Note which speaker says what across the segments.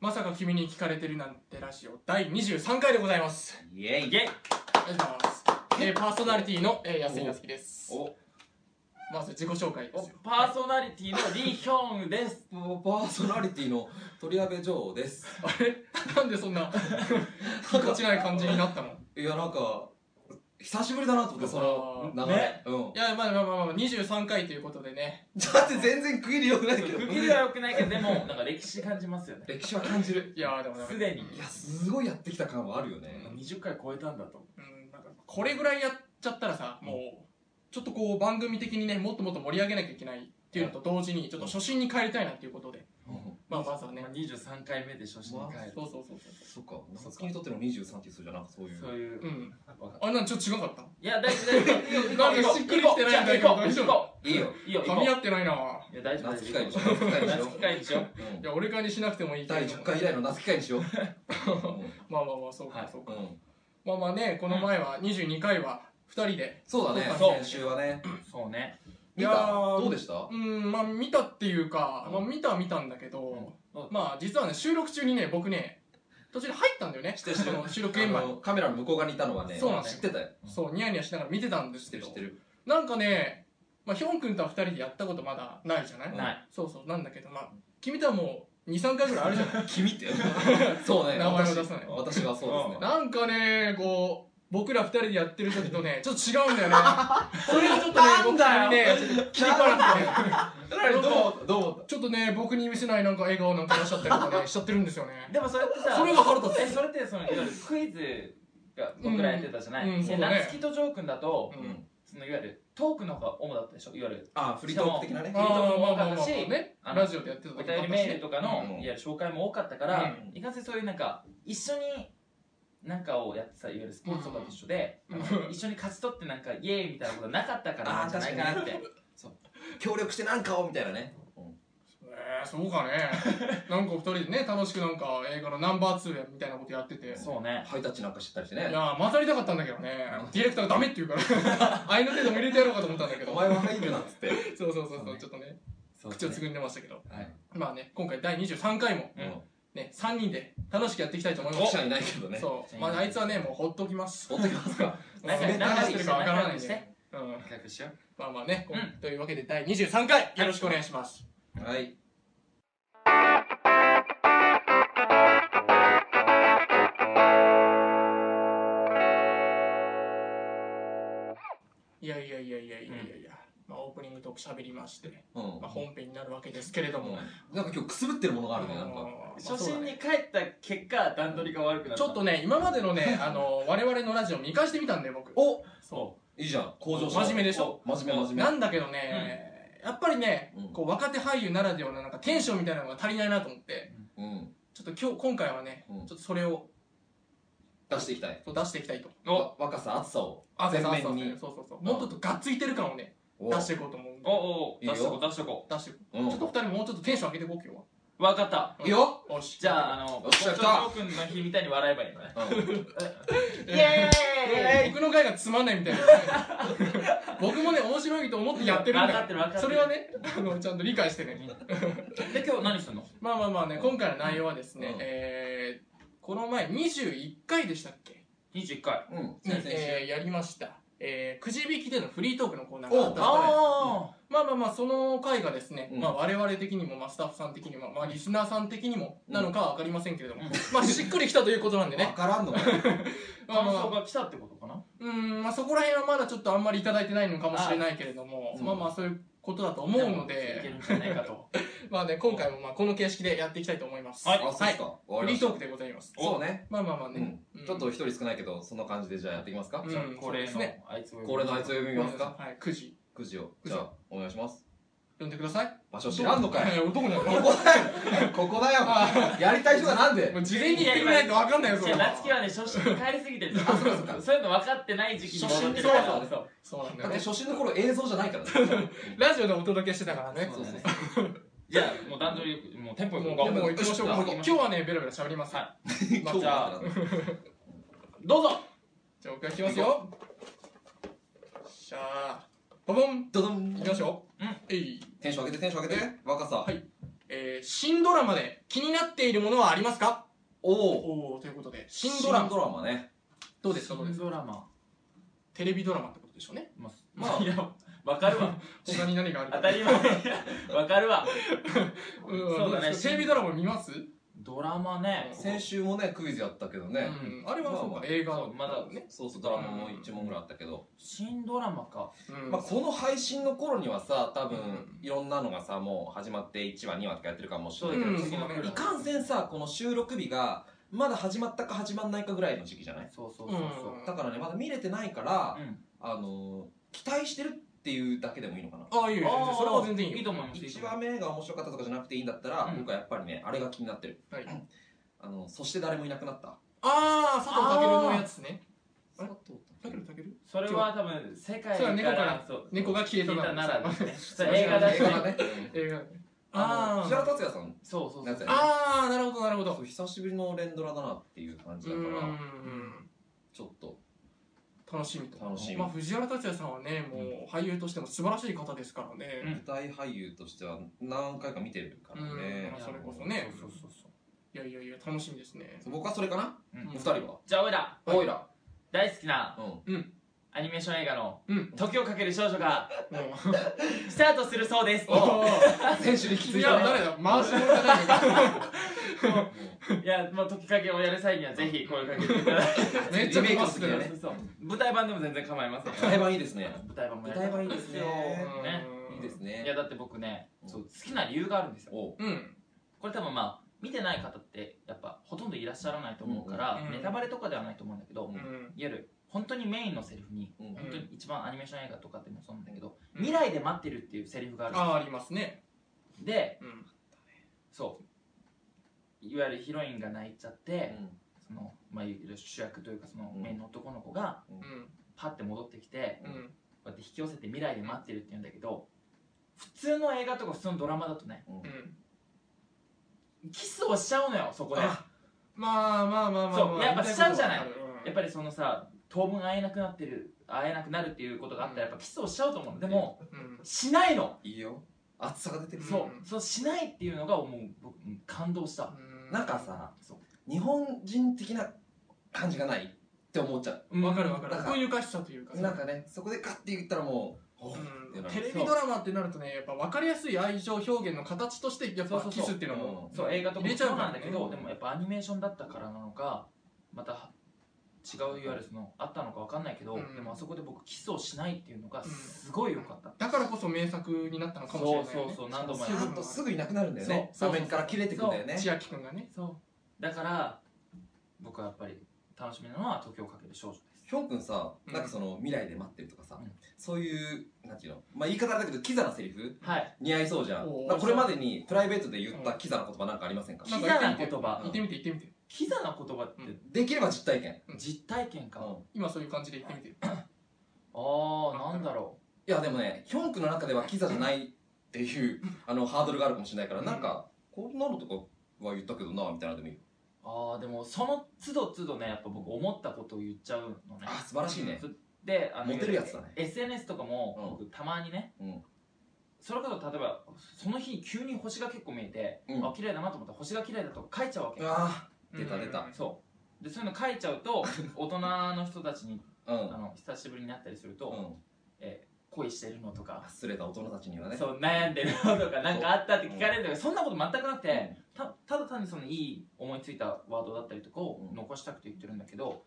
Speaker 1: まさか君に聞かれてるなんてラジオ第23回でございます。
Speaker 2: イエイ
Speaker 3: イェ
Speaker 1: あり
Speaker 3: イ
Speaker 1: がとうございます。えーパーソナリティの、えー、安井なつきです。
Speaker 2: お
Speaker 1: まず自己紹介で
Speaker 3: お
Speaker 1: すよ。
Speaker 3: パーソナリティのリヒョンです。
Speaker 2: パーソナリティの鳥矢部女王です
Speaker 1: あれなんでそんな、ぎこちない感じになったの
Speaker 2: いやなんか久しぶりだなと思ってその流れ、
Speaker 3: ね
Speaker 2: うん
Speaker 1: いや、まあまあまあまあ、23回ということでね。
Speaker 2: だって全然区切りよくないけど
Speaker 3: 区切りは良くないけど、で も、なんか歴史感じますよ ね。
Speaker 2: 歴史は感じる
Speaker 1: いやーでもなんか
Speaker 3: すでに
Speaker 2: いやすごいやってきた感はあるよね、
Speaker 3: 20回超えたんだと思
Speaker 1: うん、なんかこれぐらいやっちゃったらさ、もう、ちょっとこう番組的にね、もっともっと盛り上げなきゃいけないっていうのと同時に、ちょっと初心に帰りたいなっていうことで、
Speaker 2: うん
Speaker 1: まあまずは
Speaker 3: う。
Speaker 1: ね
Speaker 3: まあ、23回目で初心に帰る。
Speaker 1: そうそうそうそ。
Speaker 2: そっか夏希にとっての23っていう数じゃなくそういう
Speaker 3: そういう
Speaker 1: う
Speaker 3: う。
Speaker 1: ん。あ、なんかちょっと違かった
Speaker 3: いや、大丈夫、大丈夫。
Speaker 1: なんかしっくりきてないんだけど
Speaker 3: 行こう行こ
Speaker 2: いいよ
Speaker 3: う。いいよ、行
Speaker 1: 噛み
Speaker 3: こ
Speaker 1: 合ってないなぁ。
Speaker 3: う。いや、大丈夫。
Speaker 2: 夏希会にしよ
Speaker 3: 行こ
Speaker 2: う
Speaker 3: う
Speaker 2: 夏
Speaker 3: 夏
Speaker 2: 希会
Speaker 3: 機会にしよう。
Speaker 2: にしよう
Speaker 1: いや、俺からにしなくてもいいけど
Speaker 2: 第10回以来の夏希会にしよう、
Speaker 1: まあまあまあ、そう
Speaker 3: は
Speaker 1: か
Speaker 3: い、
Speaker 1: そうか
Speaker 2: う。ん、
Speaker 1: まあまあね、この前は22回は2人で。
Speaker 2: そうだね
Speaker 3: そう
Speaker 2: 先週はね
Speaker 3: そうね。
Speaker 1: い
Speaker 2: 見
Speaker 1: や
Speaker 2: た
Speaker 1: ー
Speaker 2: どうでした
Speaker 1: うん、まあ見たっていうか、まあ見たは見たんだけど、
Speaker 3: うん
Speaker 1: まあ実はね、収録中にね、僕ね、途中で入ったんだよね、
Speaker 2: てる知ってる
Speaker 1: その収録現場
Speaker 2: あ
Speaker 1: に。
Speaker 2: のカメラの向こう側にいたのはね
Speaker 1: そうなんだ
Speaker 2: 知
Speaker 1: よ
Speaker 2: ってたよ
Speaker 1: そう、ニヤニヤしながら見てたんで
Speaker 2: 知っ
Speaker 1: すけ
Speaker 2: てる
Speaker 1: ど
Speaker 2: 知っ、てる
Speaker 1: なんかね、まあ、ヒョン君とは2人でやったことまだないじゃない、
Speaker 2: うん
Speaker 3: ない。
Speaker 1: そうそう、なんだけど、まあ、君とはもう2、3回ぐらいあるじゃない
Speaker 2: 君って そう ね
Speaker 1: 名前を
Speaker 2: 私
Speaker 1: 出さない
Speaker 2: 私がそうですね
Speaker 1: なんかね、こう、僕ら2人でやってる時とね、ちょっと違うん だよね。それがちょっとね、
Speaker 3: なんだよ
Speaker 1: 僕にね、ちょっと切り替わってね。
Speaker 2: 何どう思ったどう思っ
Speaker 1: ちょっとね、僕に見せないなんか笑顔なんか出しちゃったりとかね、しちゃってるんですよね。
Speaker 3: でもそれってさ、
Speaker 1: それが腹立つ
Speaker 3: え、それってその、いわゆるクイズが僕らやってたじゃな
Speaker 1: うんうん
Speaker 3: い。
Speaker 1: そ
Speaker 3: で、
Speaker 1: うだね
Speaker 3: 夏希とジョー君だと
Speaker 1: う、
Speaker 2: た、うんん、
Speaker 3: そのいわゆるトークの方が主だったでしょいわゆる
Speaker 2: あフリートーク的なね
Speaker 1: あーまあまあまあまあね、
Speaker 3: あの
Speaker 1: ラジオでやってた
Speaker 3: お
Speaker 1: 時
Speaker 3: 便りメールとかの、
Speaker 2: うん
Speaker 3: いや紹介も多かったから、
Speaker 2: うん
Speaker 3: いかんせんそういうなんか一緒になんかをやってたいわゆるスポーツとかと一緒で、
Speaker 1: うん
Speaker 3: なんか一緒に勝ち取ってなんかイエーイみたいなことなかったから
Speaker 2: あー
Speaker 3: なんじゃないかなって
Speaker 2: 協力してなんかをみたいなね、
Speaker 1: えー、そうかね。なんかお二人でね、楽しくなんか映画のナンバー2やみたいなことやってて。
Speaker 3: そうね
Speaker 2: ハイタッチなんかしてたりして
Speaker 1: い
Speaker 2: ね
Speaker 1: やー混ざりたかったんだけどねディレクターがダメって言うから愛の手でも入れてやろうかと思ったんだけど
Speaker 2: お前は入るなっつって、
Speaker 1: そうそうそう
Speaker 3: そ
Speaker 1: そうう
Speaker 3: ね
Speaker 1: ちょっとね
Speaker 3: そう
Speaker 1: 口をつぐんでましたけど
Speaker 2: はい
Speaker 1: まあね今回第23回も
Speaker 3: うん
Speaker 1: ね3人で楽しくやっていきたいと思いま
Speaker 2: 記
Speaker 1: す
Speaker 2: 者いないけどね
Speaker 1: そうまああいつはねもうほっときます
Speaker 2: 持ってきますか
Speaker 3: 仲
Speaker 2: 冷
Speaker 3: 良く
Speaker 2: たい
Speaker 3: 仲良く
Speaker 1: して
Speaker 3: し
Speaker 1: る
Speaker 3: て
Speaker 1: かわから
Speaker 3: 仲
Speaker 1: な
Speaker 3: 良
Speaker 1: い
Speaker 3: く
Speaker 1: ん
Speaker 3: し
Speaker 1: で
Speaker 3: て
Speaker 1: うん
Speaker 3: 仲良くしよう
Speaker 1: まあまあね
Speaker 3: うん
Speaker 1: というわけで第23回よろしくお願いします
Speaker 2: はい
Speaker 1: いやいやいやいやいやいやいやまあオープニングトーク喋りまして
Speaker 2: うん、
Speaker 1: まあ本編になるわけですけれども
Speaker 2: うんなんか今日くすぶってるものがあるねなん
Speaker 1: あ
Speaker 2: か
Speaker 1: のーまあそう
Speaker 3: 初
Speaker 1: だね
Speaker 3: 心に帰った結果段取りが悪くなった
Speaker 1: ちょっとね今までのねあのー我々のラジオ見返してみたんだよ僕
Speaker 2: お
Speaker 3: そ
Speaker 2: いいじゃん向上
Speaker 1: 真面目でしょ
Speaker 2: お真面目真面目
Speaker 1: なんだけどね、やっぱりね、
Speaker 2: うん
Speaker 1: こう若手俳優ならではのなんかテンションみたいなのが足りないなと思って、
Speaker 2: うん
Speaker 1: ちょっと今日、今回はね、
Speaker 2: うん
Speaker 1: ちょっとそれを
Speaker 2: 出していきたい
Speaker 1: そう出していきたいと。
Speaker 3: お
Speaker 2: わ若さ暑さを
Speaker 1: あ
Speaker 2: 前
Speaker 1: そうそう
Speaker 2: 面に
Speaker 1: そうそうそう。もっととがっついてる感をね、
Speaker 2: お
Speaker 1: 出していこうと思うん
Speaker 3: う
Speaker 1: で。
Speaker 3: おうおう
Speaker 2: いいよ
Speaker 3: 出しとこう出しとこ
Speaker 1: 出していこ
Speaker 2: うん
Speaker 1: うちょっと二人もうちょっとテンション上げていこう、今
Speaker 3: うわかった
Speaker 1: 日は。
Speaker 2: いいよ
Speaker 1: うん。よし。
Speaker 3: じゃあ、あの
Speaker 2: よっしゃ
Speaker 3: 僕とジョー君の日みたいに笑えばいいのね
Speaker 2: うん
Speaker 3: イエーイ
Speaker 1: 僕の回がつまんないみたいな。僕もね、面白いと思ってやってるん
Speaker 3: 分
Speaker 1: だ
Speaker 3: か
Speaker 1: か
Speaker 3: ってる分かって
Speaker 1: ら。
Speaker 3: る
Speaker 1: それはね、あの、ちゃんと理解してね。
Speaker 3: で今日何すんの
Speaker 1: まあまあまあね、今回の内容はですね、
Speaker 2: うん
Speaker 1: えー、この前21回でしたっけ
Speaker 3: 21回
Speaker 2: うん
Speaker 1: ね
Speaker 2: 先々週
Speaker 1: えーやりました、えーくじ引きでのフリートークのコーナーが
Speaker 2: お
Speaker 1: あったので
Speaker 3: あ
Speaker 1: まあまあまあその回がですね、
Speaker 2: うん
Speaker 1: まあ、我々的にも、まあ、スタッフさん的にも、まあ、リスナーさん的にも
Speaker 2: うん
Speaker 1: なのかは分かりませんけれども、まあしっくりきたということなんで
Speaker 2: わ
Speaker 1: ね
Speaker 2: からんのかよ
Speaker 3: あ
Speaker 1: まあま
Speaker 3: 感
Speaker 1: あ
Speaker 3: 想が来たってことかな
Speaker 1: うーん、まあ、そこら辺はまだちょっとあんまりいただいてないのかもしれないけれども
Speaker 2: うん
Speaker 1: まあまあそういうことだと思うの
Speaker 3: いけ
Speaker 1: で
Speaker 3: るんじゃないかと
Speaker 1: まあね今回もまあこの形式でやっていきたいと思います
Speaker 3: はい
Speaker 2: あそうっすかわ
Speaker 1: フ
Speaker 2: か
Speaker 1: リー
Speaker 2: りました
Speaker 1: トークでございます
Speaker 2: そうね
Speaker 1: まあまあまあ
Speaker 2: う
Speaker 1: ね
Speaker 2: ん、ちょっと一人少ないけどそんな感じでじゃあやっていきますか
Speaker 1: うん
Speaker 3: じゃあ恒
Speaker 1: そうで
Speaker 3: 例
Speaker 1: す
Speaker 3: の
Speaker 1: ね
Speaker 3: あいつを呼ぶ
Speaker 2: 恒例のあいつを呼びますか
Speaker 1: はい9時
Speaker 2: くじを
Speaker 1: くじ
Speaker 2: じゃあお願いします
Speaker 1: 呼んでください
Speaker 2: 場所知らんのかよ
Speaker 1: いや男なの
Speaker 2: ここだよここだよやりたい人はなんで
Speaker 1: もう事前に言ってくれないと分かんないよそ
Speaker 3: い
Speaker 1: れ
Speaker 3: や
Speaker 1: は
Speaker 3: 夏希はね初心に帰りすぎてる
Speaker 2: あそうかそうか
Speaker 3: そういうの分かってない時期に戻ってる
Speaker 2: 初心
Speaker 3: から
Speaker 2: そう
Speaker 3: そう
Speaker 1: そうなんだ
Speaker 2: だ
Speaker 1: よ
Speaker 2: って
Speaker 1: ね
Speaker 2: 初心の頃映像じゃないからね
Speaker 1: ラジオでお届けしてたからね
Speaker 3: そうだねじゃあもう段取りよくもうテンポよく
Speaker 1: も
Speaker 3: いうこう
Speaker 1: もう行きましょうか
Speaker 3: よ
Speaker 1: も
Speaker 3: し
Speaker 1: う今日はねベラベラ喋ります、
Speaker 3: は
Speaker 1: まあ
Speaker 2: 今日
Speaker 1: じ
Speaker 3: じ
Speaker 1: ゃあ
Speaker 3: ゃ
Speaker 2: は
Speaker 3: あどうぞ
Speaker 1: じゃあ僕が来ますよしゃあボボン
Speaker 2: ドドン
Speaker 1: 行きましょう
Speaker 3: うん
Speaker 1: えい
Speaker 2: テンション上げてテンション上げて若さ
Speaker 1: はいえー新ドラマで気になっているものはありますか
Speaker 2: おお
Speaker 1: おおということで、新ドラマ。
Speaker 2: ね
Speaker 1: どうですかどうですか
Speaker 3: ドラマ。
Speaker 1: テレビドラマってことでしょうね。
Speaker 3: まあ、
Speaker 2: まあ
Speaker 3: いや、わかるわ。
Speaker 1: 他に何があるか
Speaker 3: 当たり前。わかるわ。
Speaker 1: うん
Speaker 3: そう
Speaker 1: ど
Speaker 3: だね
Speaker 1: ですかテレビドラマ見ます
Speaker 3: ドラマね。
Speaker 2: 先週もねクイズやったけどね、
Speaker 1: うんあれはそう
Speaker 2: ま
Speaker 1: か
Speaker 2: あまあ
Speaker 1: 映画
Speaker 3: そうまだ
Speaker 1: ね。
Speaker 2: そうそうドラマも1問ぐらいあったけど、
Speaker 3: 新ドラマか。
Speaker 1: うん
Speaker 2: まあ、この配信の頃にはさ多分
Speaker 1: うん
Speaker 2: いろんなのがさもう始まって1話2話とかやってるかもしれないけ
Speaker 1: う
Speaker 2: ど、
Speaker 1: ん
Speaker 2: その
Speaker 1: そうだね
Speaker 2: いかんせんさこの収録日がまだ始まったか始まんないかぐらいの時期じゃない
Speaker 3: そうそう
Speaker 1: う
Speaker 3: そ
Speaker 1: ん
Speaker 3: うそう。
Speaker 2: だからねまだ見れてないから、
Speaker 3: うん。
Speaker 2: あのー期待してるっていうだけでもいいのかな
Speaker 1: ああ、いいよ、全
Speaker 3: あ
Speaker 1: 然。
Speaker 3: ー
Speaker 1: それは全然いい
Speaker 3: いい
Speaker 1: よ。
Speaker 3: と思います。いい
Speaker 2: 1
Speaker 3: と思い
Speaker 2: 話
Speaker 3: ます
Speaker 2: 目が面白かったとかじゃなくていいんだったら、
Speaker 3: うん
Speaker 2: 僕はやっぱりねあれが気になってる
Speaker 1: はい
Speaker 2: あのそして誰もいなくなった
Speaker 1: ああ、佐藤健のやつね。あれ
Speaker 2: 佐藤
Speaker 1: 健健
Speaker 3: それは多分、世界
Speaker 1: それは
Speaker 3: か
Speaker 1: 猫からら、
Speaker 3: そう
Speaker 1: 猫が消えた
Speaker 3: 消えたなら
Speaker 1: ね。
Speaker 3: ですね。それ映画だし
Speaker 2: 映画
Speaker 3: ね。
Speaker 2: ね
Speaker 1: 映画ね
Speaker 2: あの
Speaker 1: あ
Speaker 2: 藤原
Speaker 1: ー
Speaker 2: 竜也さん
Speaker 3: そうそうそ
Speaker 2: な。
Speaker 3: うん
Speaker 2: か
Speaker 1: あー、なるほど、なるほど
Speaker 2: そう。久しぶりの連ドラだなっていう感じだから
Speaker 1: うん
Speaker 2: ちょっと
Speaker 1: 楽しみと。
Speaker 2: 楽しみ
Speaker 1: まあ、藤原竜也さんはね、もう俳優としても素晴らしい方ですから
Speaker 3: うん
Speaker 1: ね。
Speaker 2: 舞台俳優としては何回か見てるからね
Speaker 1: うんそれこそね
Speaker 3: そうそうそう。
Speaker 1: いやいやいや、楽しみですね。
Speaker 2: 僕はそれかな
Speaker 3: うん
Speaker 2: お二人は
Speaker 3: じゃあ、おいら、
Speaker 1: はい
Speaker 2: おいら
Speaker 3: 大好きな
Speaker 2: うん
Speaker 3: アニメーション映画の、
Speaker 1: うん。
Speaker 3: 時をかける少女が、
Speaker 1: もう
Speaker 3: スタートするそうです。
Speaker 1: おー
Speaker 2: 選手にきつ
Speaker 1: 次
Speaker 2: い
Speaker 1: は
Speaker 2: ね
Speaker 1: 誰だ回し者じゃないのか。
Speaker 3: いや、まあ、時かけをやる際には、ぜひ声をかけていただいて。
Speaker 1: めっちゃ飛ばす
Speaker 2: リメイ
Speaker 1: よ
Speaker 2: クの時だね
Speaker 1: ね。
Speaker 3: そうそう。舞台版でも全然構いません。
Speaker 2: 舞台版いいですね
Speaker 3: 舞台版も
Speaker 2: 舞
Speaker 3: やりた
Speaker 2: 台
Speaker 3: い
Speaker 2: 版いいですね
Speaker 3: ね
Speaker 1: うん
Speaker 2: いいです
Speaker 3: いや、
Speaker 2: ね
Speaker 3: だって僕ね、そう好きな理由があるんですよ。
Speaker 2: おう
Speaker 1: うん。
Speaker 3: これ多分まあ、見てない方って、やっぱ、ほとんどいらっしゃらないと思うから、
Speaker 1: うん
Speaker 3: ネタバレとかではないと思うんだけど、
Speaker 2: う
Speaker 3: い
Speaker 1: うん
Speaker 3: わ
Speaker 1: ん。
Speaker 3: ゆる、本当にメインのセリフに、
Speaker 2: うん
Speaker 3: 本当に一番アニメーション映画とかってもそうなんだけど、
Speaker 1: うん
Speaker 3: 未来で待ってるっていうセリフがあるんです
Speaker 1: あ
Speaker 3: よ
Speaker 1: あ、ありますね。
Speaker 3: で、
Speaker 1: うん。
Speaker 3: そういわゆるヒロインが泣いちゃって、
Speaker 2: うん
Speaker 3: そのまあ、いわゆる主役というかその
Speaker 2: うん
Speaker 3: メインの男の子が
Speaker 1: うん。
Speaker 3: パッて戻ってきて
Speaker 1: うん。
Speaker 3: こうやって引き寄せて未来で待ってるって言うんだけど普通の映画とか普通のドラマだとね
Speaker 1: うん。
Speaker 3: キスをしちゃうのよそこで
Speaker 2: あ
Speaker 1: まあまあまあまあまあ。
Speaker 3: そうやっぱしちゃうじゃないや
Speaker 1: や
Speaker 3: っ
Speaker 1: っ
Speaker 3: ぱりそのさ当分会えなくなってる会えなくなるっていうことがあったらやっぱキスをしちゃうと思うのでも
Speaker 1: ぱ、うん。
Speaker 3: しないの
Speaker 2: いいよ熱さが出てる
Speaker 1: ん
Speaker 3: そうそうしないっていうのがもう僕うん感動した
Speaker 2: なんか、さ
Speaker 3: そう
Speaker 2: 日本人的な感じがないって思っちゃ
Speaker 3: うん
Speaker 1: わかるわかる
Speaker 2: なん。か
Speaker 1: 奥ゆかしさというか
Speaker 2: う
Speaker 1: さ
Speaker 2: なんかねそこでガッて言ったらもうおうって
Speaker 1: う
Speaker 2: なんる
Speaker 1: テレビドラマってなるとね、やっぱ分かりやすい愛情表現の形として、やっぱ
Speaker 3: そうそう
Speaker 1: キ
Speaker 3: そう
Speaker 1: スっていうのも。
Speaker 3: そう映画と
Speaker 1: 入
Speaker 3: かも
Speaker 1: れちゃ
Speaker 3: そうう
Speaker 1: から
Speaker 3: な
Speaker 1: ね
Speaker 3: んだけど、でもやっぱアニメーションだったからなのかまた違ういわゆるそのあったのかわかんないけど、
Speaker 1: うん
Speaker 3: でもあそこで僕キスをしないっていうのがすごい良かった、
Speaker 1: だからこそ名作になったのかもし
Speaker 3: そ
Speaker 1: れないよ
Speaker 3: うそう
Speaker 1: ね。
Speaker 3: そう何度も
Speaker 2: さ
Speaker 3: やる
Speaker 1: そう
Speaker 2: ーっとすぐいなくなるんだよね
Speaker 3: そう
Speaker 2: 画面から切れてくんだよね
Speaker 1: 千秋くんがね。
Speaker 3: そうだから僕はやっぱり楽しみなのは「時をかける少女」です
Speaker 2: ヒョン君さ
Speaker 1: うん
Speaker 2: なんかその未来で待ってるとかさ、
Speaker 3: うん
Speaker 2: そういうなんていうのまあ言い方あれだけどキザなセリフ
Speaker 3: はい
Speaker 2: 似合いそうじゃん
Speaker 1: おー
Speaker 2: なんかこれまでにプライベートで言ったキザな言葉なんかありませんか、
Speaker 1: な
Speaker 3: キ
Speaker 1: んか
Speaker 3: ザ
Speaker 1: 言
Speaker 3: な言
Speaker 1: って
Speaker 3: 葉
Speaker 1: 行ってみて、行ってみて。
Speaker 3: キザな言葉っ
Speaker 1: う
Speaker 3: て
Speaker 2: できれば実体験、
Speaker 1: うん
Speaker 3: 実体験か、
Speaker 2: うん
Speaker 3: あ
Speaker 1: 今そういう感じで行ってみて。
Speaker 3: あなんだろ
Speaker 2: いやでもねヒョン君の中ではキザじゃないっていうあのハードルがあるかもしれないから、
Speaker 1: うん
Speaker 2: なんかこんなのとかは言ったけどなみたいなのでもいいよ
Speaker 3: うああでもその都度都度ねやっぱ僕思ったことを言っちゃうのね
Speaker 2: あ素晴らしいね、
Speaker 3: であの
Speaker 2: モテるやつだね
Speaker 3: SNS とかも僕たまにね、
Speaker 2: うん
Speaker 3: それこそ例えばその日急に星が結構見えて、
Speaker 2: うん
Speaker 3: あ綺麗だなと思ったら星が綺麗だとか書いちゃうわけ
Speaker 2: あ
Speaker 1: うん
Speaker 2: 出た出た
Speaker 3: そうでそういうの書いちゃうと大人の人たちに
Speaker 2: あうん
Speaker 3: あの久しぶりになったりすると、
Speaker 2: うん
Speaker 3: 恋してるのとか、
Speaker 2: 忘れた大人たちにはね
Speaker 3: そう悩んでるのとか何かあったって聞かれるとか、そんなこと全くなくて、たただ単にそのいい思いついたワードだったりとかを
Speaker 2: うん
Speaker 3: 残したくて言ってるんだけど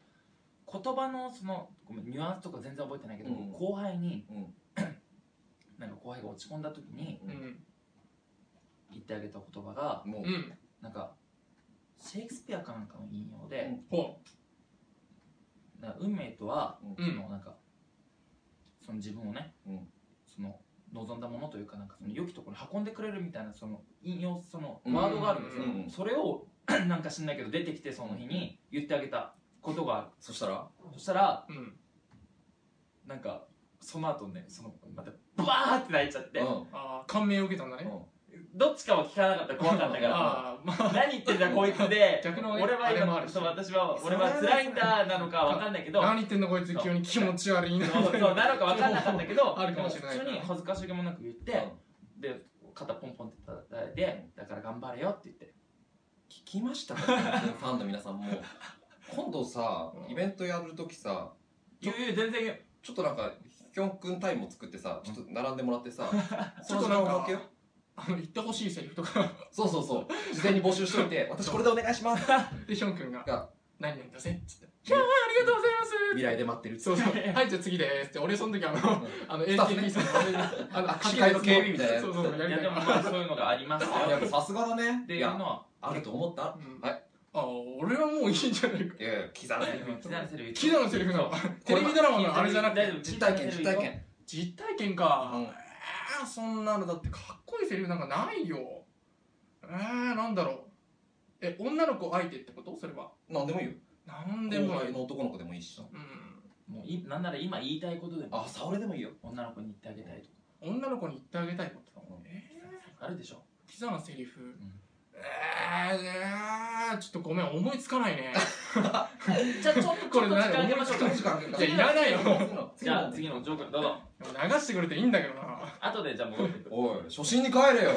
Speaker 3: 言葉のそのごめんニュアンスとか全然覚えてないけど、
Speaker 2: うん
Speaker 3: 後輩に、
Speaker 2: うん
Speaker 3: なんか後輩が落ち込んだ時に
Speaker 1: うん。
Speaker 3: 言ってあげた言葉が
Speaker 2: もう、
Speaker 1: うん。
Speaker 3: なんかシェイクスピアかなんかの引用で、
Speaker 1: ほ
Speaker 3: なんか運命とは、
Speaker 1: う。う
Speaker 3: そ
Speaker 1: ん。
Speaker 3: のなんかその自分をね、
Speaker 2: うん
Speaker 3: その望んだものというかなんかその良きところに運んでくれるみたいなその引用その
Speaker 2: うん
Speaker 3: ワードがあるんですよ、
Speaker 2: うん
Speaker 3: それをなんか知んないけど出てきてその日に言ってあげたことがある
Speaker 2: そしたら
Speaker 3: そしたら
Speaker 1: うん。
Speaker 3: なんかその後ねそのまたバーって泣いちゃって、
Speaker 2: うん
Speaker 1: ああ、感銘を受けたんだね。
Speaker 3: どっちかは聞かなかった怖かったから
Speaker 1: ああ、まあ、
Speaker 3: 何言ってんだこいつ で
Speaker 1: 逆のね
Speaker 3: 俺は
Speaker 1: あれもあ
Speaker 3: 今
Speaker 1: るし
Speaker 3: そう私は
Speaker 2: それ
Speaker 3: 俺
Speaker 2: はね
Speaker 3: は辛いんだなのかわかんないけど
Speaker 1: 何言ってんだこいつ、急に気持ち悪いな。
Speaker 3: そうそうなのかわかんなかったけど
Speaker 1: あるかもしれない
Speaker 3: で普通に恥ずかしげもなく言ってで肩ポンポンって叩いて、だから頑張れよって 言って。
Speaker 2: 聞きましたか ファンの皆さんも今度さイベントやるときさ
Speaker 3: いやいや、全然よ。
Speaker 2: ちょっとなんかヒョン君タイムを作ってさちょっと並んでもらってさ
Speaker 1: ちょっと
Speaker 2: その
Speaker 1: なん
Speaker 2: 時間を
Speaker 1: か
Speaker 2: 設けよう
Speaker 1: あの言ってほしいセリフとか
Speaker 2: そうそうそう事前に募集しといて私これでお願いします
Speaker 1: でヒョン君が
Speaker 2: が
Speaker 1: 「何々だぜ」っつって「いやーありがとうございます」
Speaker 2: 未来で待ってる
Speaker 1: そうそう「はいじゃあ次です」って俺その時あのあの
Speaker 2: スタッフ
Speaker 1: AKB
Speaker 2: ね
Speaker 1: さんあの
Speaker 2: 握手会の警備みたいなやつ
Speaker 1: そうそうそうや
Speaker 3: い
Speaker 1: り
Speaker 3: や、
Speaker 1: たい
Speaker 3: でもまあそういうのがありますよ。
Speaker 2: やっぱさすがだね
Speaker 3: って
Speaker 2: い
Speaker 3: いうの
Speaker 2: や
Speaker 3: は、
Speaker 2: あると思った
Speaker 1: うん
Speaker 2: はい
Speaker 1: あ俺はもういいんじゃないか
Speaker 2: いやいやキザだね
Speaker 3: キザのセリフ。
Speaker 1: キザのセリフなのテレビドラマのあれじゃなく
Speaker 3: 大丈
Speaker 1: て
Speaker 3: 夫
Speaker 2: 実体験実体。験
Speaker 1: 実体験か、
Speaker 2: うん
Speaker 1: えーそんなのだってかっこいいセリフなんかないよえー、なんだろうえ女の子相手ってことそれは
Speaker 2: なんでもいいよ
Speaker 1: なんで
Speaker 2: 後
Speaker 1: もない
Speaker 2: 輩の男の子でもいいし
Speaker 1: うん
Speaker 3: もうい、なんなら今言いたいことでも、
Speaker 2: あ沙織でもいいよ
Speaker 3: 女の子に言ってあげたいとか
Speaker 1: 女の子に言ってあげたいこと
Speaker 2: うん
Speaker 1: え
Speaker 3: あるでしょ。
Speaker 1: ー、キザなセリフ、えー、えーちょっとごめん思いつかない ね
Speaker 3: じゃあちょっと、
Speaker 1: これ
Speaker 3: ちょっと時
Speaker 1: 何
Speaker 3: 間あげましょうか。
Speaker 1: いやいらないよ
Speaker 3: じゃあ次のジョー君どうぞ。
Speaker 1: 流してくれていいんだけどな
Speaker 3: 後でじゃあ戻ってくる。
Speaker 2: おい初心に帰れよ